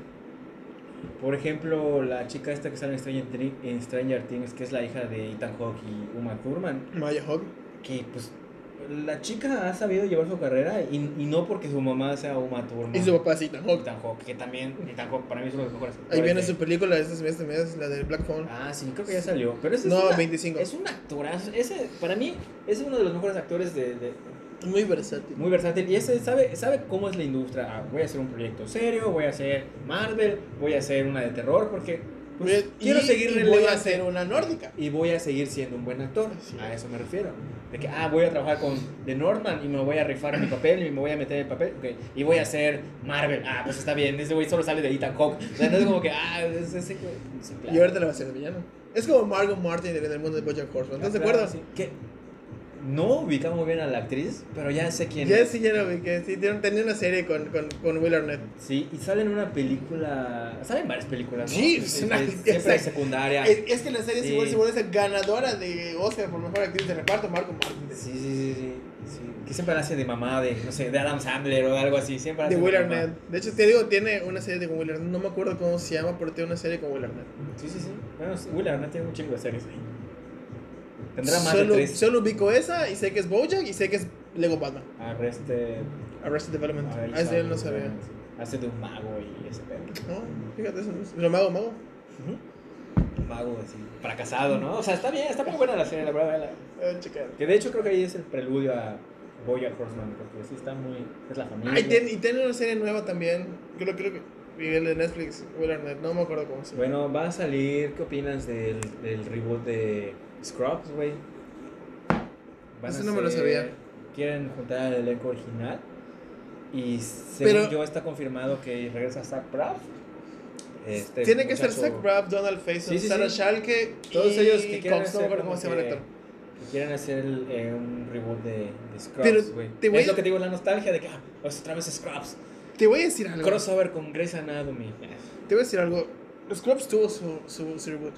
Por ejemplo, la chica esta que sale en Stranger, Thri- en Stranger Things, que es la hija de Ethan Hawke y Uma Thurman,
Maya Hawk.
que pues la chica ha sabido llevar su carrera y, y no porque su mamá sea Uma Thurman.
Y su papá, sí, tampoco.
Ethan Hawke, que también Ethan Hawke para mí es uno de los mejores.
Ahí
actores
viene
de-
su película este mes, este mes, la del Black Phone.
Ah, sí, creo que ya salió. Pero ese
no,
es una-
25.
Es un actorazo. Ese, para mí, es uno de los mejores actores de, de-
Muy versátil.
muy versátil. Y ese sabe, sabe cómo es la industria. Ah, voy a hacer un proyecto serio, voy a hacer Marvel, voy a hacer una de terror, porque Pues,
Y-
quiero seguir
y voy a
relevante.
hacer una nórdica.
y voy a seguir siendo un buen actor.
Así
a
es.
eso me refiero. De que, ah, voy a trabajar con The Norman y me voy a rifar mi papel y me voy a meter el papel. ok, Y voy a hacer Marvel. Ah, pues está bien. Este güey solo sale de Ethan Hawke. O sea, no es como que, ah, es ese güey. Sí, claro.
Y ahorita le va a ser villano. Es como Margot Martin en el mundo de Bojack Horseman. ¿Estás de
Claro,
acuerdo?
sí. Que no ubicaba muy bien a la actriz, pero ya sé quién
Ya
es.
sí, ya lo vi. Que sí, tiene- tenía una serie con, con, con Will Arnett.
Sí, y sale en una película. Salen varias películas, ¿no?
Sí, es una- Eh,
siempre de secundaria.
Es, es que la serie
Sí.
se vuelve, se vuelve ganadora de Oscar por mejor actriz de reparto, Margot Martin.
Sí, sí, sí, sí, sí. Que siempre la hace de mamá de, no sé, de Adam Sandler o de algo así. Siempre la
De
hace
Will
mamá.
Arnett. De hecho, te digo, tiene una serie de con Will Arnett. No me acuerdo cómo se llama, pero tiene una serie con Will Arnett.
Sí, sí, sí. Bueno, sí, Will Arnett tiene un chingo de series ahí. Tendrá más
solo,
de tres.
solo ubico esa y sé que es Bojack y sé que es Lego Batman.
Arreste.
Arrested Development.
a ver,
Ah, ese
sabe,
él no sabía.
Hace de un mago y ese pedo.
No, fíjate, eso no es. Pero mago, mago.
Un mago así. Fracasado, ¿no? O sea, está bien, está muy buena la serie, la verdad. vela.
Eh, checar.
Que de hecho creo que ahí es el preludio a Bojack Horseman, porque sí está muy. Es la familia.
Ah, y tiene, y tiene una serie nueva también. Creo, creo que. Miguel de Netflix, Will Arnett. No me acuerdo cómo se llama.
Bueno, va a salir. ¿Qué opinas del, del reboot de Scrubs, güey? Van
Ese
a
no me lo
hacer-
sabía.
Quieren juntar al elenco original. Y según
Pero-
yo está confirmado que regresa Zach Braff. Este
Tiene que ser
muchacho-
Zach Braff, Donald Faison,
Sí, sí,
Sarah
sí.
Schalke.
Todos
y
ellos que
Cox, no
quieren
me
hacer
acuerdo cómo
como
se llama el
que-
actor.
que Quieren hacer el- eh, un reboot de, de
Pero
Scrubs, güey.
te voy
Es
a-
lo que digo, la nostalgia de que, ah, pues, otra vez Scrubs.
Te voy a decir algo.
Crossover con Grey's Anatomy.
Te voy a decir algo. Scrubs tuvo su, su, su reboot.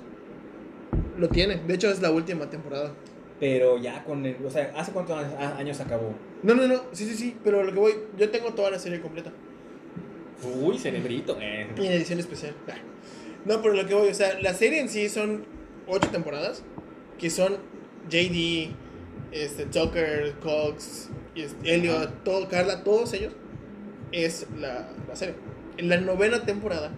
Lo tiene. De hecho, es la última temporada.
Pero ya con el. O sea, ¿hace cuántos a- a- años acabó?
No, no, no. Sí, sí, sí. Pero lo que voy. Yo tengo toda la serie completa.
Uy, cerebrito, eh.
Y en edición especial. Ah. No, pero lo que voy. O sea, la serie en sí son ocho temporadas. Que son JD, este, Tucker, Cox, este, Elliot, todo, Carla, todos ellos. Es la, la serie. En la novena temporada.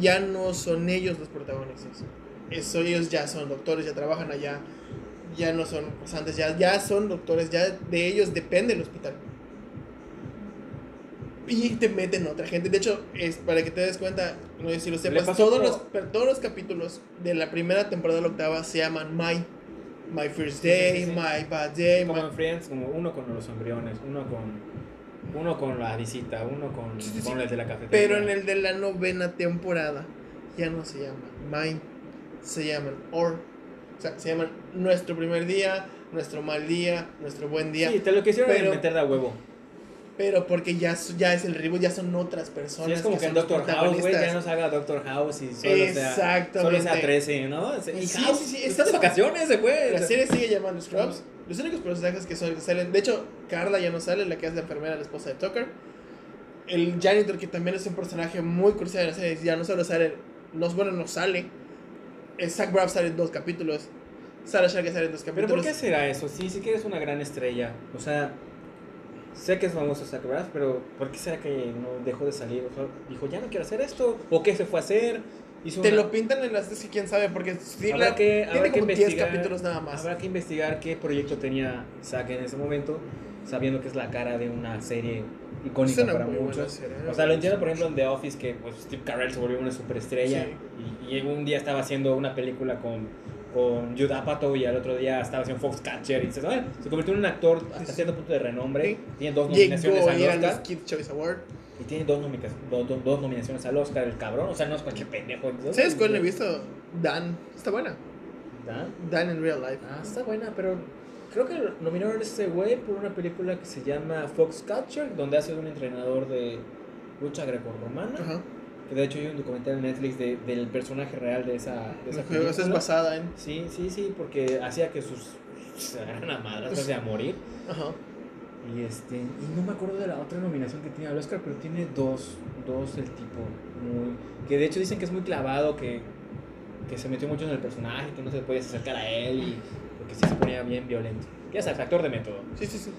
Ya no son ellos los protagonistas. Eso, ellos ya son doctores, ya trabajan allá. Ya no son pasantes, ya, ya son doctores. Ya de ellos depende el hospital. Y te meten otra gente. De hecho, es para que te des cuenta, no sé si lo sepas,
pasó
todos
como-
los, per- todos los capítulos de la primera temporada a la octava se llaman My. My First Day,
Sí, sí, sí.
My Bad Day,
como
my-
en Friends, como uno con los embriones, uno con uno con la visita, uno con,
Sí, sí, sí.
con el de la cafetería.
Pero en el de la novena temporada ya no se llaman Mine, se llaman Or. O sea, se llaman Nuestro Primer Día, Nuestro Mal Día, Nuestro Buen Día.
Sí, te lo quisieron
Pero-
meter de a huevo.
Pero porque ya, su- ya es el reboot, ya son otras personas.
Sí, es como que en
son los
Doctor House, güey, ya
protagonistas.
no salga Doctor House y solo sea,
Exactamente.
solo sea 13, ¿no? Y
Sí,
House,
sí, sí, está-
pues, está de vacaciones, se fue.
La serie sigue llamando Scrubs. Los únicos personajes que son que salen. De hecho, Carla ya no sale, la que es la enfermera, la esposa de Tucker. El janitor, que también es un personaje muy crucial en la serie, ya no solo sale. No, bueno, no sale. Eh, Zach Braff sale en dos capítulos. Sarah Sharkey sale en dos
Pero
capítulos.
¿por qué será eso? Sí, sí que eres una gran estrella. O sea, sé que es famoso Zach Braff, pero ¿por qué será que no dejó de salir? O sea, dijo, ya no quiero hacer esto. ¿O qué se fue a hacer? Hizo
Te
una-
lo pintan en las. Es que quién sabe, porque sí,
habrá
la-
que,
tiene
habrá que
como 10
investigar,
capítulos nada más.
Habrá que investigar qué proyecto tenía Zack en ese momento, sabiendo que es la cara de una serie
Es
icónica
una
para
muy buena
muchos.
serie,
O sea, lo entiendo, por ejemplo, en The Office, que pues, Steve Carell se volvió una superestrella y, y un día estaba haciendo una película con, con Jude Apatow y al otro día estaba haciendo Foxcatcher y dices, "Ah, se convirtió en un actor hasta cierto punto de renombre.
Sí.
Tiene dos nominaciones
Llegó a
al
ir a los
Oscar.
Kids Choice Award.
Y tiene dos, nomica- dos, dos- dos nominaciones al Oscar, el cabrón. O sea, no es cualquier pendejo.
¿Sabes cuál no he visto? Dan. Está buena.
¿Ah?
Dan in real life.
Ah, está buena, pero creo que nominaron a ese güey por una película que se llama Foxcatcher, donde hace de un entrenador de lucha grecorromana.
Ajá.
Que de hecho hay un documental en Netflix de- del personaje real de esa, de esa película.
Esa es basada en.
Sí, sí, sí, porque hacía que sus se agarran a madrazos de a morir.
Ajá.
Y este, y no me acuerdo de la otra nominación que tiene al Oscar, pero tiene dos, dos el tipo, muy, que de hecho dicen que es muy clavado, que, que se metió mucho en el personaje, que no se podía acercar a él y porque sí se ponía bien violento. Ya sabes, actor de método.
Sí, sí, sí.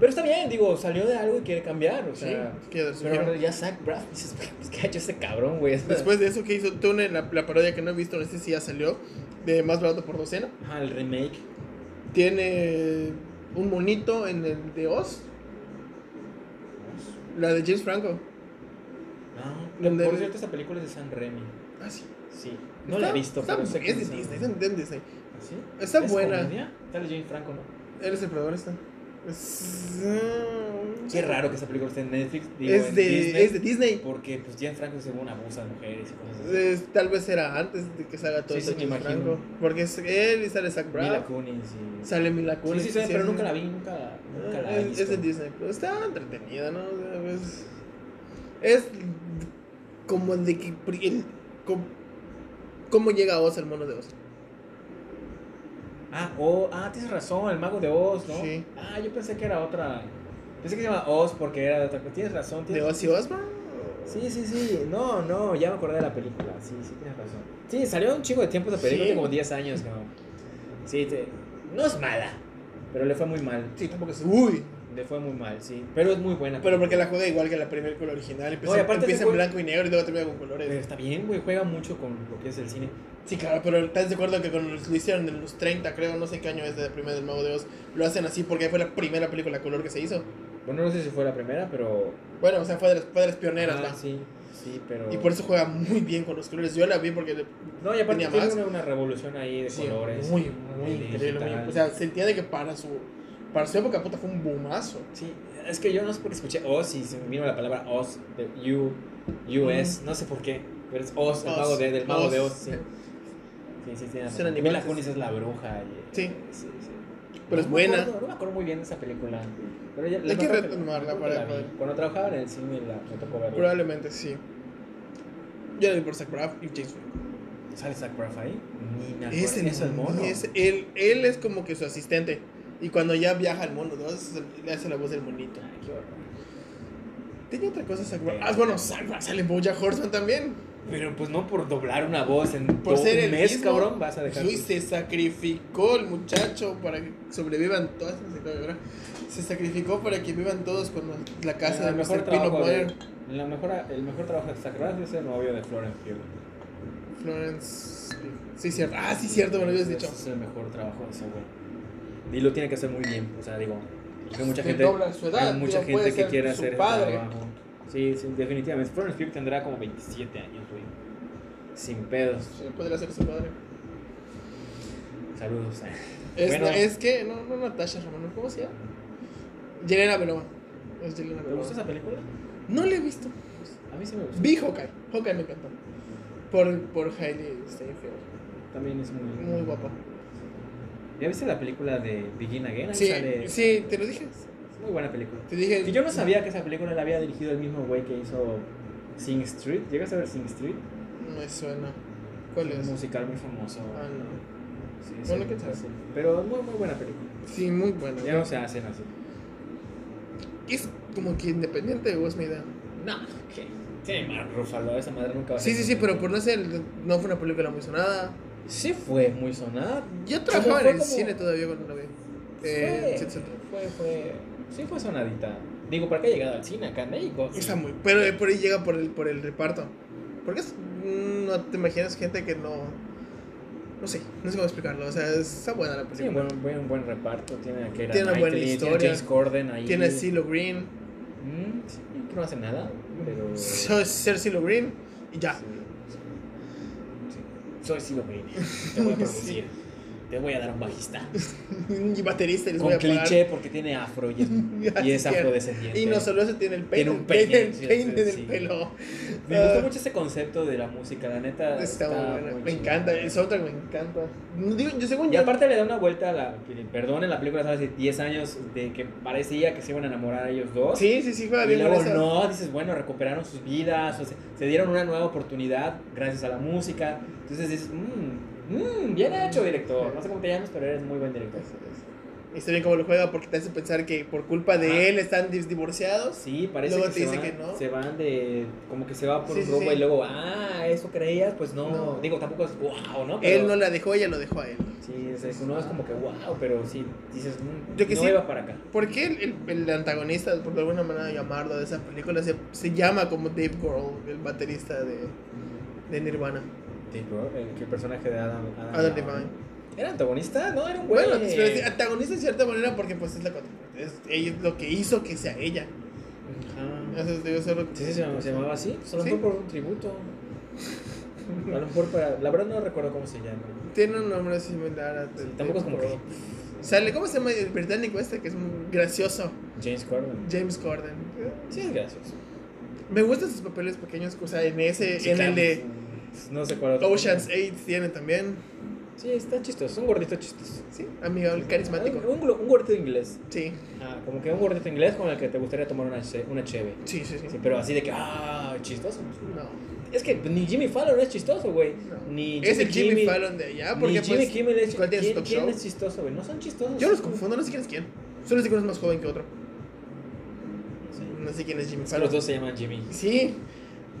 Pero está bien, digo, salió de algo y quiere cambiar, o
Sí,
sea,
que de-
pero ahora ya Zach Braff dices, "Güey, pues que ha hecho ese cabrón, güey.
Después de eso que hizo Tune, la, la parodia que no he visto, no sé si ya salió, de Más Barato por Docena,
Ajá, el remake.
tiene un monito en el de Oz, la de James Franco.
No,
Donde-
Ah, por cierto, esa película es de San Remy.
Ah, sí.
Sí. No la he visto,
está-
pero sé que
es de
sí.
Disney, está en Disney.
¿Ah, ¿Sí?
Está
¿Es
buena.
comedia? Sale Jane Franco, ¿no?
Él es el proveedor, está. Es. mm,
Qué raro que esa película esté en Netflix. digo,
Es
en
de,
Disney,
es de Disney.
Porque pues Jane Franco según abusa de mujeres y cosas así.
Es- tal vez era antes de que salga todo
Sí, sí,
esto
me
de
imagino.
Franco. Porque es él y sale Zach
Mila
Braff.
Kunis y...
Sale Mila
Sí,
Kunis.
sí, sí, pero
es-
nunca la vi, nunca, nunca la he
Ah, Es,
visto.
es de Disney, pero está entretenida, ¿no? O sea, Es, es como el de que. pri- el- com- ¿Cómo llega Oz al mono de Oz?
Ah, oh, ah, tienes razón, el mago de Oz, ¿no?
Sí.
Ah, yo pensé que era otra. Pensé que se llama Oz porque era de otra cosa. Tienes razón,
¿De
tienes
Ozzy Osbourne?
Sí, sí, sí. No, no, ya me acordé de la película. Sí, sí, tienes razón. Sí, salió un chingo de tiempo esa película,
Sí.
tiene como 10 años, ¿no? Sí, te- no es mala, pero le fue muy mal.
Sí, tampoco es. Uy,
Le fue muy mal, sí. Pero es muy buena.
pero porque la juega igual que la primera con la original. Empieza,
No, y aparte
empieza
ese
en
güey-
blanco y negro y luego termina con
Pero
colores.
está bien, güey, juega mucho con lo que es el cine.
Sí, claro, pero ¿estás de acuerdo que cuando lo hicieron en los 30, creo, no sé qué año es de la primera del Mago de Oz, lo hacen así porque fue la primera película a color que se hizo?
Bueno, no sé si fue la primera, pero.
Bueno, o sea, fue de las, fue de las pioneras,
Ah,
¿va?
sí, sí, pero.
Y por eso juega muy bien con los colores. Yo la vi porque
No, y aparte
tenía
tiene
más.
una, una revolución ahí de
Sí,
colores.
Muy,
de
muy increíble. muy-
digital.
o sea, se entiende que para su, para su época puta fue un boomazo.
Sí, es que yo no sé por qué escuché Oz y se me vino la palabra Oz, de U, US, no sé por qué, pero es Oz, el
Oz,
mago de, del mago de Oz,
Oz.
sí. Sí, sí, tiene
Son
razón. Y Mila
animales.
Kunis es la bruja. y- eh,
Sí.
sí, sí.
Pero es
me
buena.
acuerdo, no me acuerdo muy bien de esa película. Pero ya, la
Hay que
otra que-
retomarla
creo que
para
la vi.
poder-
Cuando trabajaba en el cine la, me tocó verla.
Probablemente sí. Yo la vi por Zach Braff y James Franco.
¿Sale Zach Braff ahí? Ni me acuerdo.
Es el,
Ah, es el mono.
es él, él es como que su asistente. Y cuando ya viaja al mono, ¿no? Es- le hace la voz del monito.
Ay, qué horror.
Tenía otra cosa Zach Braff. Ah, bueno, Zach Braff sale en Bojack Horseman también.
Pero pues no por doblar una voz en
Por
todo
ser
un
el
mes,
mismo,
cabrón, vas a dejar...
Luis se sacrificó el muchacho para que sobrevivan todas. Se sacrificó para que vivan todos con la casa
Ah,
de
el mejor
Mr. Pino
trabajo de-
Moyer.
la mejor, el mejor trabajo de Zach Braff es el novio de Florence Pugh.
Florence. Sí, cierto. Ah, sí, cierto, me lo habías
Ese
dicho.
Es el mejor trabajo de ese güey. Y lo tiene que hacer muy bien, o sea, digo, porque mucha
Que
gente,
dobla su edad,
hay mucha
digo, puede
gente que
ser
quiere
su
hacer ese
padre.
trabajo. Sí, sí, definitivamente. Florence Pugh tendrá como 27 años, güey. Sin pedos.
Sí, podría ser su padre.
Saludos.
Es,
Bueno.
es que, no, no Natasha Romanoff, ¿cómo se llama? Yelena Belova. Es Yelena
¿Te gusta
Belova.
esa película?
No la he visto.
A mí sí me gusta.
Vi Hawkeye. Hawkeye me encantó. Por, por Hailey Steinfeld.
También es muy...
Muy guapa.
¿Ya viste la película de Begin Again? Ahí
Sí,
sale-
sí, te lo dije.
Es muy buena película.
Te dije.
Que yo no sabía que esa película la había dirigido el mismo güey que hizo Sing Street. ¿Llegas a ver Sing Street?
No me suena. ¿Cuál
Un
es?
musical muy famoso.
Ah, no.
Sí,
Bueno, ¿qué tal?
sí. Pero muy, muy buena película.
Sí, muy buena.
Ya no se hacen así.
Es como que independiente de mi idea.
No, que tiene más Ruffalo, esa madre nunca va a
Sí,
ser
sí, sí,
así.
pero por no ser. No fue una película muy sonada.
Sí fue muy sonada.
Yo
Como
trabajaba en
fue
el
como-
cine todavía cuando la vi. Eh, en Jet
fue,
Set.
fue, fue... Sí fue sonadita. Digo, ¿para qué ha llegado al cine acá en México?
Está muy. Pero eh, por ahí llega por el, por el reparto. Porque es- no te imaginas gente que no. No sé, no sé cómo explicarlo. O sea, está buena la
Sí, un
película.
buen, buen, buen reparto. Tiene a Keira
Tiene una buena
Knightley, Tiene
historia.
a James Corden ahí.
Tiene a CeeLo Green.
Mm, sí, que no hace nada, pero...
so- Ser CeeLo Green y ya.
Sí. Soy Silo Green. Te voy a producir. Te voy a dar un bajista.
y baterista y les voy
Con
a pagar.
cliché porque tiene afro y es, y es
Así es.
afrodescendiente.
Y no solo eso, tiene el peine.
Tiene un peine,
Tiene
sí,
el peine
sí,
del
sí.
pelo.
Me gustó mucho ese concepto de la música, la neta.
ah, Está, muy buena.
muy
Me
chingona.
encanta. El soundtrack me encanta. No digo, yo según
Y
yo.
aparte le da una vuelta a la. Perdón, en la película sale hace 10 años de que parecía que se iban a enamorar ellos dos.
Sí, sí, sí, juega
Y
Ah, bien con
luego
esa-
no, dices, bueno, recuperaron sus vidas, o sea, se dieron una nueva oportunidad gracias a la música. Entonces dices, mmm, mmm, bien hecho, director. No sé cómo te llamas, pero eres muy buen director.
Y está bien cómo lo juega porque te hace pensar que por culpa de
Ajá.
él están dis- divorciados.
Sí, parece
Luego
que,
te
se
dice
van,
que no.
se van de. Como que se va por
Sí,
un
sí,
rumbo
sí.
y luego, ah, eso creías, pues no.
No.
Digo, tampoco es wow, ¿no?
Él no la dejó, ella lo dejó a él.
Sí, es, es- no es como que wow, pero sí, dices, mm,
Yo que
no
sí.
iba para acá.
¿Por qué el, el- el antagonista, por de alguna manera llamarlo, de esa película se, se llama como Dave Grohl, el baterista de, de Nirvana?
Sí, bro, el, que el personaje de Adam, Adam,
Adam
Levine.
Levine.
¿Era antagonista? No, era un Ah, güey.
Bueno, pero es antagonista en cierta manera porque pues es la contraparte, es, ella es lo que hizo que sea ella.
Ajá.
Eso es- debe ser lo que-
Sí, sí, se llamaba, se llamaba así. Solo
Sí.
fue por un tributo. A lo mejor para. La verdad no recuerdo cómo se llama.
Tiene un nombre similar a este
Sí, tampoco es como que.
Sale, ¿cómo se llama el británico este? Que es muy gracioso.
James Corden.
James Corden.
Sí, es gracioso.
Me gustan sus papeles pequeños, o sea, en ese,
Sí,
en
claro.
el de
No sé cuál otro.
Ocean's 8 tiene también.
Sí, está chistoso. Un gordito chistoso.
Sí, amigable, carismático.
Un, un, un gordito inglés.
Sí,
Ah, como que un gordito inglés con el que te gustaría tomar una, che- una cheve.
sí, sí, sí.
Sí, pero así de que, ah, chistoso.
No.
Es que ni Jimmy Fallon es chistoso, güey.
No.
Ni
Es el Jimmy
Kimmel-
Fallon de allá,
Ni
porque
Jimmy
pues,
Kimmel es
¿cuál tiene su
¿quién,
talk
quién
show?
es chistoso, güey? No son chistosos.
yo los confundo, no sé quién es quién. Solo sé que uno es más joven que otro.
Sí.
No sé quién es Jimmy
Es que Los
Fallon.
dos se llaman Jimmy.
Sí,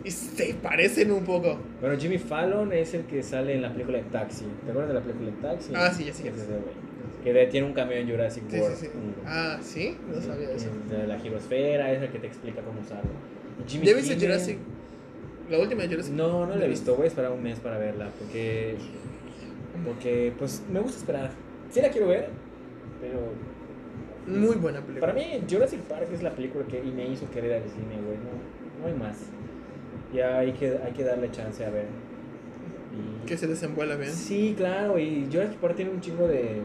y se parecen un poco.
Bueno, Jimmy Fallon es el que sale en la película de Taxi. ¿Te acuerdas de la película de Taxi?
Ah, sí, ya sé quién
Ese
es.
güey. Que de- tiene un cameo en Jurassic
Sí,
World.
sí, sí.
Mm.
Ah, ¿sí? No sabía eso.
De la girosfera, es el que te explica cómo usarlo. Jimmy
¿Ya viste
Kimmel-
Jurassic? La última de Jurassic.
No, no la he visto. Voy a esperar un mes para verla. Porque. Porque, pues, me gusta esperar. Sí la quiero ver, pero.
Muy buena película.
Para mí, Jurassic Park es la película que y me hizo querer al cine, güey. No, no hay más. Ya hay que, hay que darle chance a ver. Y-
Que se desenvuela bien.
Sí, claro, y Jurassic Park tiene un chingo de.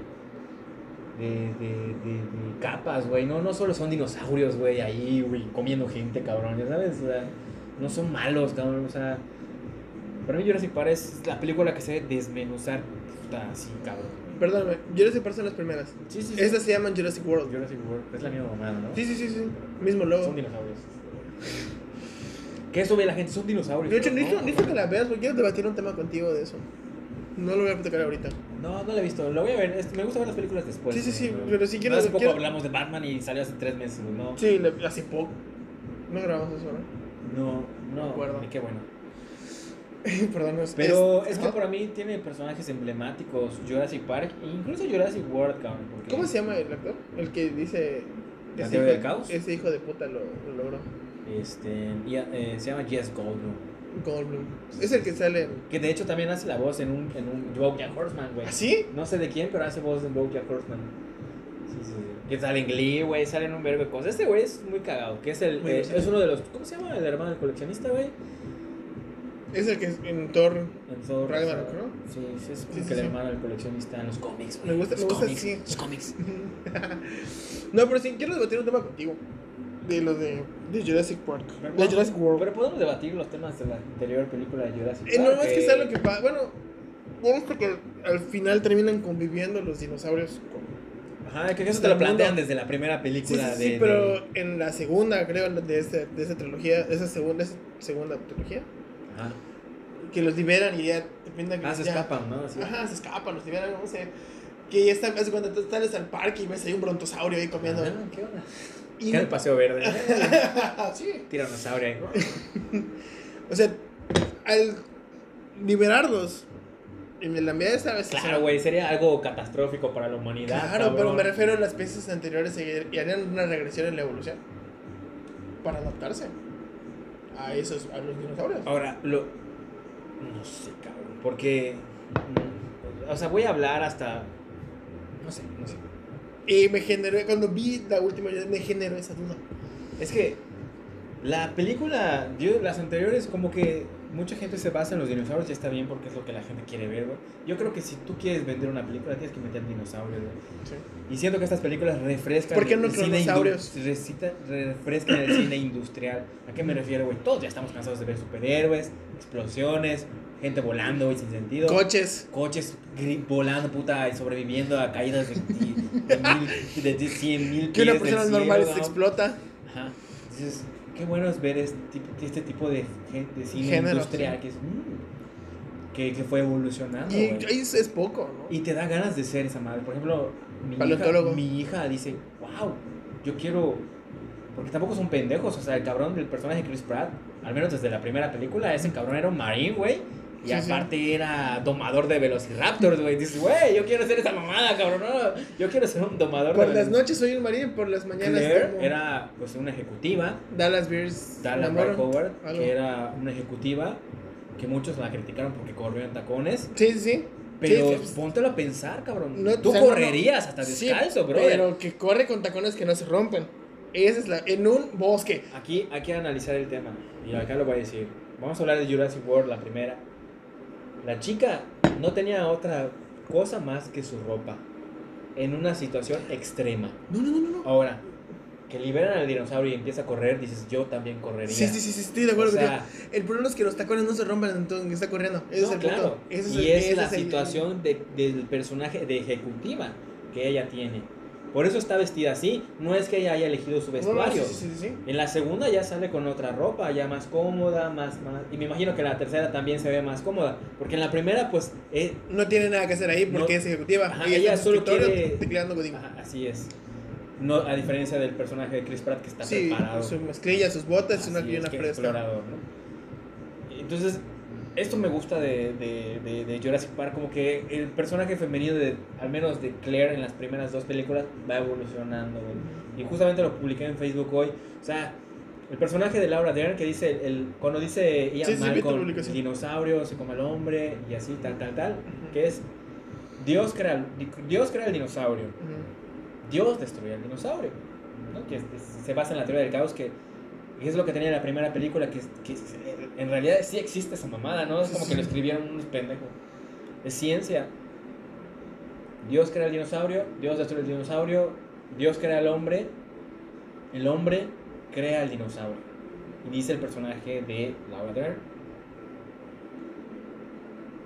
De, de, de, de capas, güey. No, no solo son dinosaurios, güey, ahí, güey, comiendo gente, cabrón. Ya sabes, O sea, no son malos, cabrón. O sea, para mí Jurassic Park es la película que se debe desmenuzar, puta, así, cabrón.
Perdóname, Jurassic Park son las primeras.
Sí, sí, sí.
Estas se llaman Jurassic World.
Jurassic World es la misma mamada, ¿no?
Sí, sí, sí, sí. Mismo
Son
logo.
dinosaurios. Que eso ve la gente, son dinosaurios.
De hecho,
¿no?
necesito, necesito que la veas porque quiero debatir un tema contigo de eso. No lo voy a tocar ahorita.
No, no la he visto. Lo voy a ver. Es- Me gusta ver las películas después.
Sí, sí, sí,
güey.
pero sí quiero-
Hace poco
quiero-
hablamos de Batman y salió hace tres meses, güey, ¿no?
Sí, le- hace poco. No grabamos eso, ¿no?
No, no.
De acuerdo.
Qué bueno.
Perdón, no es-
Pero es, que
¿no?
para mí tiene personajes emblemáticos. Jurassic Park, e incluso Jurassic World, cabrón. porque-
¿Cómo se llama el actor? El que dice.
¿La
ese
teoría
hijo,
del caos?
Ese hijo de puta lo, lo logró.
Este, y, eh, se llama Jess Goldblum.
Goldblum. Es el que sale. en-
Que de hecho también hace la voz en un, en un BoJack Horseman, güey.
¿Ah, sí?
No sé de quién, pero hace voz en BoJack Horseman. Sí, sí, sí. Que sale en Glee, güey, sale en un vergo de cosas. Este güey es muy cagado, que es el
Muy
eh,
gracioso.
es uno de los ¿cómo se llama el hermano del coleccionista, güey?
Es el que es en Thor.
En Thor.
Ragnarok,
o sea,
¿no?
Sí, sí, es como
Sí, sí,
que el
sí.
hermano del coleccionista en los cómics. güey.
Me gusta-
los
me gusta
cómics,
así.
Los cómics.
No, pero sí, quiero debatir un tema contigo. De lo de, de Jurassic Park. De
Pero-
Jurassic World.
Pero podemos debatir los temas de la anterior película de Jurassic
Eh, no,
Park,
es que sea lo que pasa. Bueno, ya viste que al final terminan conviviendo los dinosaurios. con-
Ajá, que eso te lo
Del
plantean
mundo.
desde la primera
Sí,
película
sí,
de
sí, pero en la segunda, creo, de, este, de esa trilogía, esa segunda, esa segunda trilogía,
de- Ajá.
que los liberan y ya te pintan que
Ah, se
ya-
escapan, ¿no? Sí.
Ajá, se escapan, los liberan, no sé. Que ya están, hace cuando tú sales al parque y ves ahí un brontosaurio ahí comiendo.
Ah, ¿Qué onda?
Y-
¿Qué en el paseo verde?
sí.
Tiranosaurio ahí.
O sea, al liberarlos en el ambiente, ¿sabes? O sea,
Claro, güey, sería algo catastrófico para la humanidad.
Claro,
cabrón.
pero me refiero a las especies anteriores y- y harían una regresión en la evolución para adaptarse a esos, a los dinosaurios.
Ahora, lo. No sé, cabrón. Porque. mm, O sea, voy a hablar hasta. No sé, no sé.
Y me generó, cuando vi la última, yo- me generó esa duda.
Es que. La película. yo- las anteriores, como que. Mucha gente se basa en los dinosaurios y está bien porque es lo que la gente quiere ver, güey. Yo creo que si tú quieres vender una película, tienes que meter dinosaurios, güey. Y siento que estas películas refrescan
¿Por qué no
el cine
cronosaurios?
indu- recita- refrescan el cine industrial. ¿A qué me refiero, güey? Todos ya estamos cansados de ver superhéroes, explosiones, gente volando, güey, sin sentido.
Coches.
Coches gri- volando, puta, y sobreviviendo a caídas de, de, mil, de, de 100 mil
Que una
pies del
persona
cielo,
normal
¿no?
se explota.
Ajá. Entonces, qué bueno es ver este tipo, este tipo de, gen- de cine
Género,
industrial
sí.
que, es, mm, que, que fue evolucionando,
Y
güey.
ahí es, es poco, ¿no?
Y te da ganas de ser esa madre. Por ejemplo, mi, hija,
Paleontólogo.
mi hija dice, wow, yo quiero... Porque tampoco son pendejos, o sea, el cabrón del personaje de Chris Pratt, al menos desde la primera película, ese cabrón era un marine, güey. Y
Sí, sí.
aparte era domador de velociraptors, güey. Dices, güey, yo quiero ser esa mamada, cabrón. no, yo quiero ser un domador
por
de
las
veloc-
noches soy un marín, por las mañanas
Claire
como
era pues una ejecutiva,
Dallas Bears.
Dallas
Namor.
Howard,
algo.
que era una ejecutiva que muchos la criticaron porque corrió en tacones.
Sí, sí, sí.
Pero
Sí, sí.
póntelo a pensar, cabrón.
No,
Tú
o sea, no, no.
correrías hasta
Sí,
descalzo, bro.
Pero que corre con tacones que no se rompen. Esa es la. En un bosque.
Aquí hay que analizar el tema. Y acá lo voy a decir. Vamos a hablar de Jurassic World, la primera. La chica no tenía otra cosa más que su ropa. En una situación extrema.
No, no, no, no. no.
Ahora, que liberan al dinosaurio y empieza a correr, dices, yo también correría.
Sí, sí, sí, sí, estoy de
O
acuerdo
sea,
contigo. El problema es que los tacones no se rompen entonces está corriendo. Ese
No,
es el
claro.
punto. Ese
y
el-
es
ese
la
el-
situación de- del personaje de ejecutiva que ella tiene. Por eso está vestida así. No es que ella haya elegido su
No, no, sí,
vestuario.
sí, sí, sí, sí.
En la segunda ya sale con otra ropa, ya más cómoda, más, más... Y me imagino que la tercera también se ve más cómoda. Porque en la primera, pues, eh,
No tiene nada que hacer ahí porque
No.
es ejecutiva.
Ajá,
y está
ella
en su
solo
escritorio
quiere-
tecleando código.
ajá, ah, así es. No, a diferencia del personaje de Chris Pratt que está
Sí,
preparado.
sus mezclillas, sus botas,
Así
una
es,
pierna
que
fresca.
explorador, ¿no? Entonces, esto me gusta de, de- de- de Jurassic Park, como que el personaje femenino, de, al menos de Claire en las primeras dos películas, va evolucionando. güey. Y justamente lo publiqué en Facebook hoy. O sea, el personaje de Laura Dern que dice, el, el- cuando dice Ian
Sí, sí, vi tu
Malcolm,
publicación.
dinosaurio, se come al hombre y así, tal, tal, tal, que es Dios crea, Dios crea el dinosaurio.
Ujú.
Dios destruyó al dinosaurio, ¿no? que es- es- se basa en la teoría del caos, que que es lo que tenía la primera película, que, es- que es- en realidad sí existe esa mamada, ¿no? Es como que lo escribieron unos pendejos. Es ciencia. Dios crea al dinosaurio, Dios destruye al dinosaurio, Dios crea al hombre, el hombre crea al dinosaurio. Y dice el personaje de Laura Dern.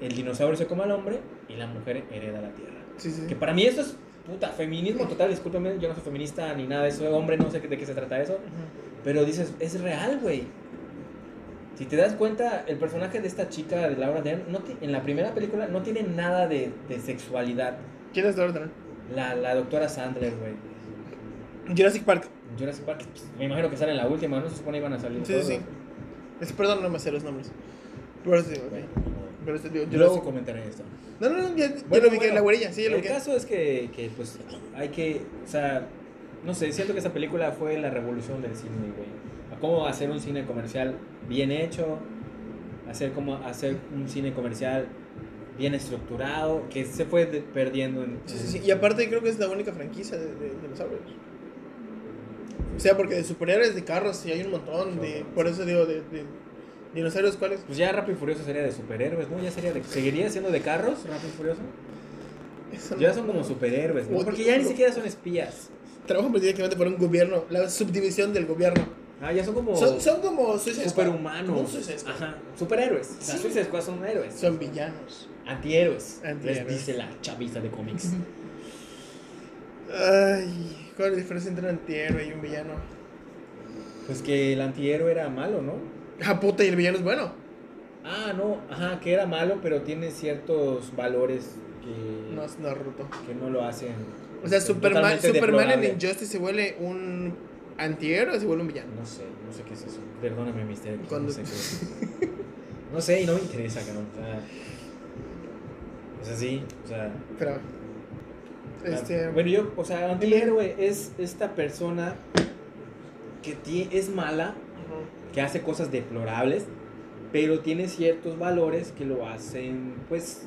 El dinosaurio se come al hombre y la mujer hereda la tierra.
Sí, sí.
Que para mí eso es puta, feminismo total, discúlpame, yo no soy feminista ni nada de eso, hombre, no sé de qué se trata eso,
Ujú.
pero dices, es real, güey. Si te das cuenta, el personaje de esta chica, de Laura Dern, no ti- en la primera película no tiene nada de, de sexualidad.
¿Quién es la orden?
La, la doctora Sandler, güey.
Jurassic Park.
En Jurassic Park, pues, me imagino que sale en la última, ¿no? Se supone iban a salir.
Sí,
todos.
sí, sí. Es, perdón, no me sé los nombres. Pero sí, ok.
Bueno,
Pero sí, digo,
Luego
Jurassic-
comentaré esto.
No, no, no, ya, ya
Bueno,
lo vi que
bueno,
es la huella, sí, ya lo
el
vi que.
caso es que, que, pues, hay que, o sea, no sé, siento que esa película fue la revolución del cine, güey. A cómo hacer un cine comercial bien hecho, hacer como hacer un cine comercial bien estructurado, que se fue de- perdiendo en...
Sí, sí, sí. Y aparte creo que es la única franquicia de, de, de dinosaurios. O sea, porque de superhéroes, de carros, sí hay un montón. De, por eso digo, de, de dinosaurios, ¿cuáles?
Pues ya Rápido y Furioso sería de superhéroes, ¿no? Ya sería de... ¿Seguiría siendo de carros Rápido y Furioso?
Eso no-
Ya son como superhéroes, ¿no? Porque ya ni siquiera son espías.
Trabajan prácticamente pues, por un gobierno, la subdivisión del gobierno.
Ah, ya son como...
Son, son como Suicide Squad, como un
Superhumanos.
Suicide Squad.
Ajá. Superhéroes. O sea,
Sí.
Suicide Squad son héroes.
Son villanos.
Antihéroes,
Antihéroes.
Les dice la chaviza de cómics.
Ay, ¿cuál es la diferencia entre un antihéroe y un villano?
pues que el antihéroe era malo, ¿no?
Ah, puta, y el villano es bueno.
Ah, no, ajá, que era malo, pero tiene ciertos valores que
No,
que no,
es Naruto.
lo hacen.
O sea,
pues,
Superman,
Mm. totalmente
Superman en
deplorable.
Injustice se vuelve un antihéroe o se vuelve un villano.
No sé, no sé qué es eso. Perdóname, mister. que
Cuando-
No sé, qué es. no sé, y no me interesa, cabrón. O sea, es así, o sea.
Pero. Este.
Ah, Bueno, yo, o sea, antihéroe es esta persona que tie- es mala,
ujú.
que hace cosas deplorables, pero tiene ciertos valores que lo hacen, pues,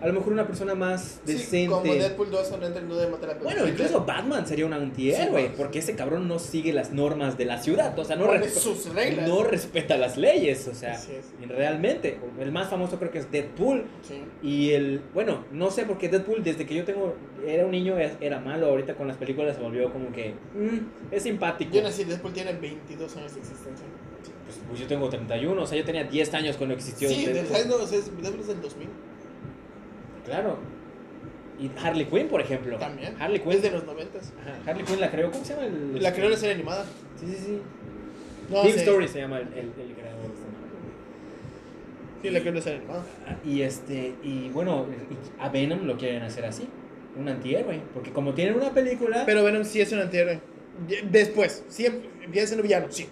a lo mejor una persona más
Sí,
decente.
como Deadpool 2 son entre el nudo de matar a
bueno, incluso Batman sería un antihéroe,
Sí, pues.
porque ese cabrón no sigue las normas de la ciudad, o sea, no,
Pone
respe-
sus reglas.
no respeta las leyes, o sea,
Así es.
realmente, el más famoso creo que es Deadpool,
Sí.
y el, bueno, no sé porque Deadpool desde que yo tengo, era un niño, es- era malo, ahorita con las películas se volvió como que, mm, es simpático.
Yo nací, Deadpool tiene 22 años de existencia.
Pues, pues yo tengo 31, o sea, yo tenía 10 años cuando existió
sí,
Deadpool.
Deadpool. No, o sea, es- Deadpool es del 2000.
Claro. Y Harley Quinn, por ejemplo.
También.
Harley
Es
Quinn.
de los 90.
Ajá, Harley Quinn la creó. ¿Cómo se llama el.? este,
La creó la serie animada.
Sí, sí, sí.
No,
Team
sí.
Story se llama el, el, el creador. de esta madre.
Sí, la creó la serie animada.
Ah, Y este. Y bueno, y a Venom lo quieren hacer así. Un antihéroe. Porque como tienen una película.
Pero Venom sí es un antihéroe. Ya- Después, siempre empieza siendo villano, sí.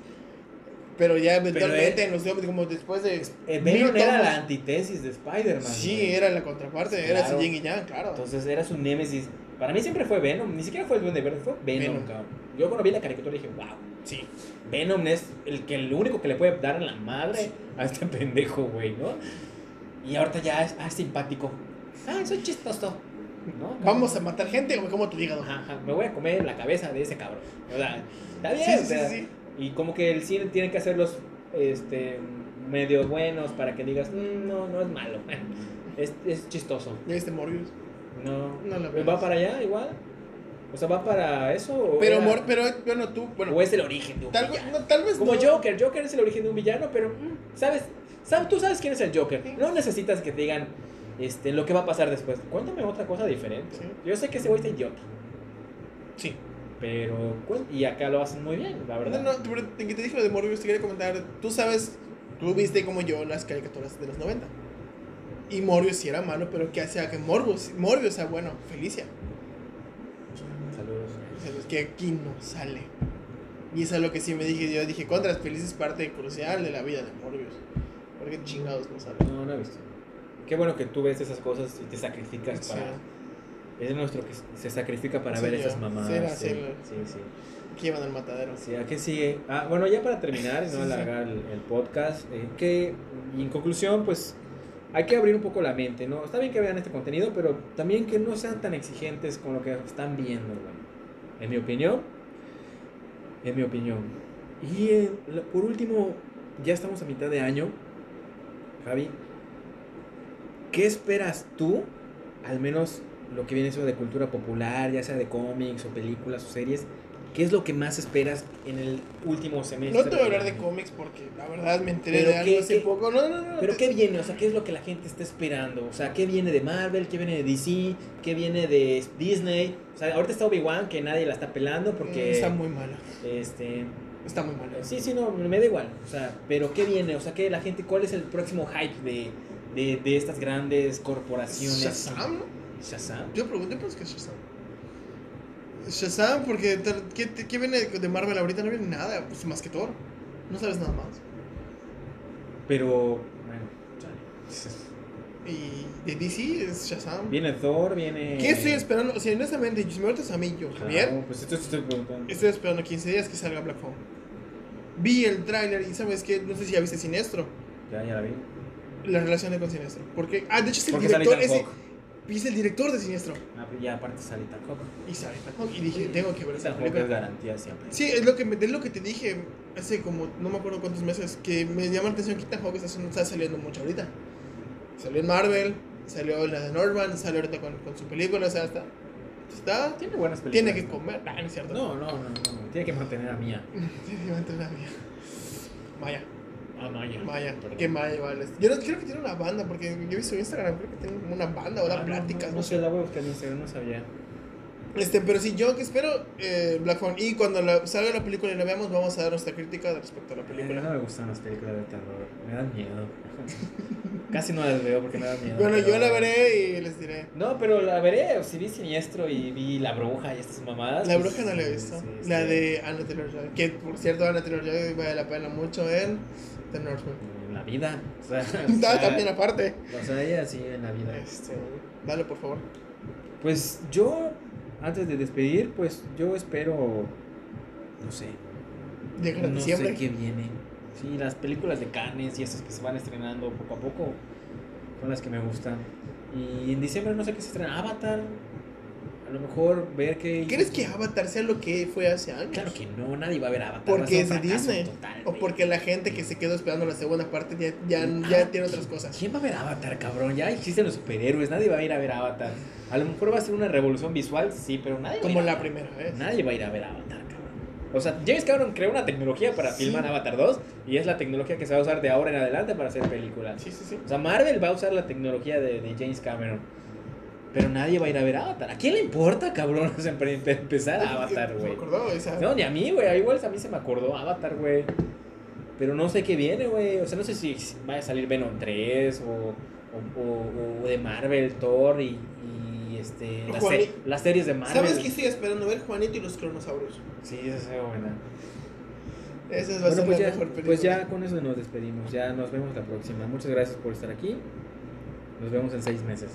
Pero ya eventualmente, en los cómics, como después de.
eh,
mil
Venom era
tomos-
la antítesis de Spider-Man.
Sí,
güey.
era la contraparte, era
Claro.
ese Yin y Yang, claro.
Entonces era su némesis. Para mí siempre fue Venom. Ni siquiera fue el Duende Verde, fue Venom,
Venom.
cabrón. Yo cuando vi la caricatura dije, wow.
sí.
Venom es el que el único que le puede dar en la madre a este pendejo, güey, ¿no? Y ahorita ya es ah, simpático. Ah, soy chistoso. ¿No?
Vamos a matar gente o me como tu hígado.
Ajá, ajá, me voy a comer la cabeza de ese cabrón. O sea, está bien.
Sí,
o
sí, sí,
sea,
sí.
Y como que el cine tiene que hacerlos este, medio buenos para que digas, "Mm, no, no es malo. Es, es chistoso.
¿Ya viste Morbius?
No.
No la
¿Va
veas.
para allá igual? O sea, ¿va para eso? O
Pero,
era-
Mor pero eh, bueno, tú, bueno,
¿O es el origen de un
tal,
villano?
no, tal vez
Como
no.
Joker, Joker es el origen de un villano, pero mm, sabes, Sab- tú sabes quién es el Joker.
Sí.
No necesitas que te digan este, lo que va a pasar después. Cuéntame otra cosa diferente.
Sí.
Yo sé que ese güey está idiota,
Sí.
pero cuen- y acá lo hacen muy bien, la verdad.
No, no, pero en que te dije lo de Morbius, te quería comentar. Tú sabes, tú viste como yo las caricaturas de los 90. Y Morbius sí era malo, pero ¿qué hacía que Morbius, Morbius sea bueno? Felicia.
Saludos.
O sea, es que aquí no sale. Y eso es lo que sí me dije. Yo dije, contras, Felicia es parte crucial de la vida de Morbius. Porque chingados no sale.
No, no he visto. Qué bueno que tú ves esas cosas y te sacrificas
Sí.
para. Es nuestro que se sacrifica para
Sí,
ver
yo.
esas mamadas.
Sí, era,
sí,
sí, lo-
sí, sí.
Que llevan al matadero.
Sí, ¿a qué sigue? Ah, bueno, ya para terminar y no
Sí, sí.
alargar el, el podcast, eh, que y en conclusión, pues hay que abrir un poco la mente, ¿no? Está bien que vean este contenido, pero también que no sean tan exigentes con lo que están viendo, güey. En mi opinión, en mi opinión. Y eh, la- por último, ya estamos a mitad de año, Javi. ¿Qué esperas tú? Al menos lo que viene siendo de cultura popular, ya sea de cómics o películas o series. ¿Qué es lo que más esperas en el último semestre?
No te voy a hablar de
del año?
cómics porque la verdad me enteré
Pero
de
qué-
algo hace
qué-
poco. No, no, no.
Pero
te-
¿qué viene? O sea, ¿qué es lo que la gente está esperando? O sea, ¿qué viene de Marvel? ¿Qué viene de DC? ¿Qué viene de Disney? O sea, ahorita está Obi-Wan que nadie la está pelando porque...
Eh, Está muy malo.
Este...
Está muy malo.
Sí, sí, no, me da igual. O sea, pero ¿qué viene? O sea, ¿qué la gente... ¿Cuál es el próximo hype de, de, de estas grandes corporaciones?
Shazam, ¿no?
¿Shazam?
Yo pregunté, pues, ¿qué es Shazam? Shazam, porque tal- ¿qué, te- qué viene de Marvel ahorita? No viene nada, pues, más que Thor. No sabes nada más.
Pero... Bueno, chale.
Y de DC es Shazam.
Viene Thor, viene...
¿Qué estoy esperando? O sea, honestamente, si me preguntas a mí, yo, Javier,
Claro, pues esto estoy preguntando.
estoy esperando 15 días que salga Black Phone. Vi el tráiler y, ¿sabes qué? No sé si ya viste Sinestro.
Ya, ya la vi.
La relación de con Sinestro. Porque, ah, de hecho es el
Porque sale
director,
Ethan
es,
Hawke.
el- es el director de Sinestro.
Ah, pero ya aparte sale Ethan Hawke.
Y sale Ethan Hawke, Y dije, tengo que ver esa película.
es garantía siempre.
Sí, es lo que me- es lo que te dije hace como no me acuerdo cuántos meses que me llama la atención que Ethan Hawke está, haciendo- está saliendo mucho ahorita. Salió en Marvel, salió en la de Norman, salió ahorita con, con su película, o sea, está está
Tiene buenas películas.
tiene que comer, ah, no es cierto.
No, no, no, no. Tiene que mantener a Mía.
Tiene que mantener la vida. Maya,
A Ah, Maya.
Maya,
Perdón.
qué Maya vale. Yo no, creo que tiene una banda porque yo vi su Instagram, creo que tiene como una banda o da
Ah, no,
pláticas, no,
No, no
sé.
sé, la voy a buscar en Instagram, no sabía.
Este, pero sí, yo que espero eh, Black Phone y cuando la- salga la película y la veamos vamos a dar nuestra crítica respecto a la película.
Eh, No me gustan las películas de terror. Me dan miedo. Casi no las veo porque me dan miedo.
Bueno,
pero-
yo la veré y les diré.
No, pero la veré. Si vi Siniestro y vi La Bruja y estas mamadas.
La
pues,
bruja no la he
sí,
visto.
sí,
la
sí.
de Anna Taylor Joy. Que por cierto, Anna Taylor Joy vale la pena mucho en The Northman.
En la vida. O sea, o
Da
sea,
también aparte.
O sea, ella sí en la vida.
Este, dale, por favor.
Pues yo, antes de despedir, pues yo espero, no sé,
Llegar a
no
diciembre.
sé qué viene. Sí, las películas de Cannes y esas que se van estrenando poco a poco son las que me gustan. Y en diciembre no sé qué se estrena, Avatar. A lo mejor ver qué...
¿Crees que Avatar sea lo que fue hace años?
Claro que no, nadie va a ver Avatar. va a
Porque
ser
es
un
de
fracaso
Disney.
total,
O
güey.
porque la gente que se quedó esperando la segunda parte ya, ya,
Ah,
ya tiene otras
¿qui-
cosas.
¿Quién va a ver Avatar, cabrón? Ya existen los superhéroes, nadie va a ir a ver Avatar. A lo mejor va a ser una revolución visual, sí, pero nadie... va a ir
Como
a
la
ver.
primera ¿eh? vez.
Nadie va a ir a ver Avatar, cabrón. O sea, James Cameron creó una tecnología para
Sí.
filmar Avatar 2 y es la tecnología que se va a usar de ahora en adelante para hacer películas.
Sí, sí, sí.
O sea, Marvel va a usar la tecnología de, de James Cameron. Pero nadie va a ir a ver Avatar. ¿A quién le importa, cabrón? O sea, para empe- empezar Avatar,
Se me
güey.
acordó, o sea,
No, ni a mí, güey. Igual a mí se me acordó Avatar, güey. Pero no sé qué viene, güey. O sea, no sé si va a salir Venom 3 o, o- o- o de Marvel, Thor y, y, este, las,
Juan-
se- las series de Marvel.
¿Sabes qué estoy esperando? Ver Juanito y los cronosaurios.
Sí, esa es buena.
Esa es va a
Bueno,
ser
pues
la
ya,
mejor película.
pues ya con eso nos despedimos. Ya nos vemos la próxima. Muchas gracias por estar aquí. Nos vemos en seis meses.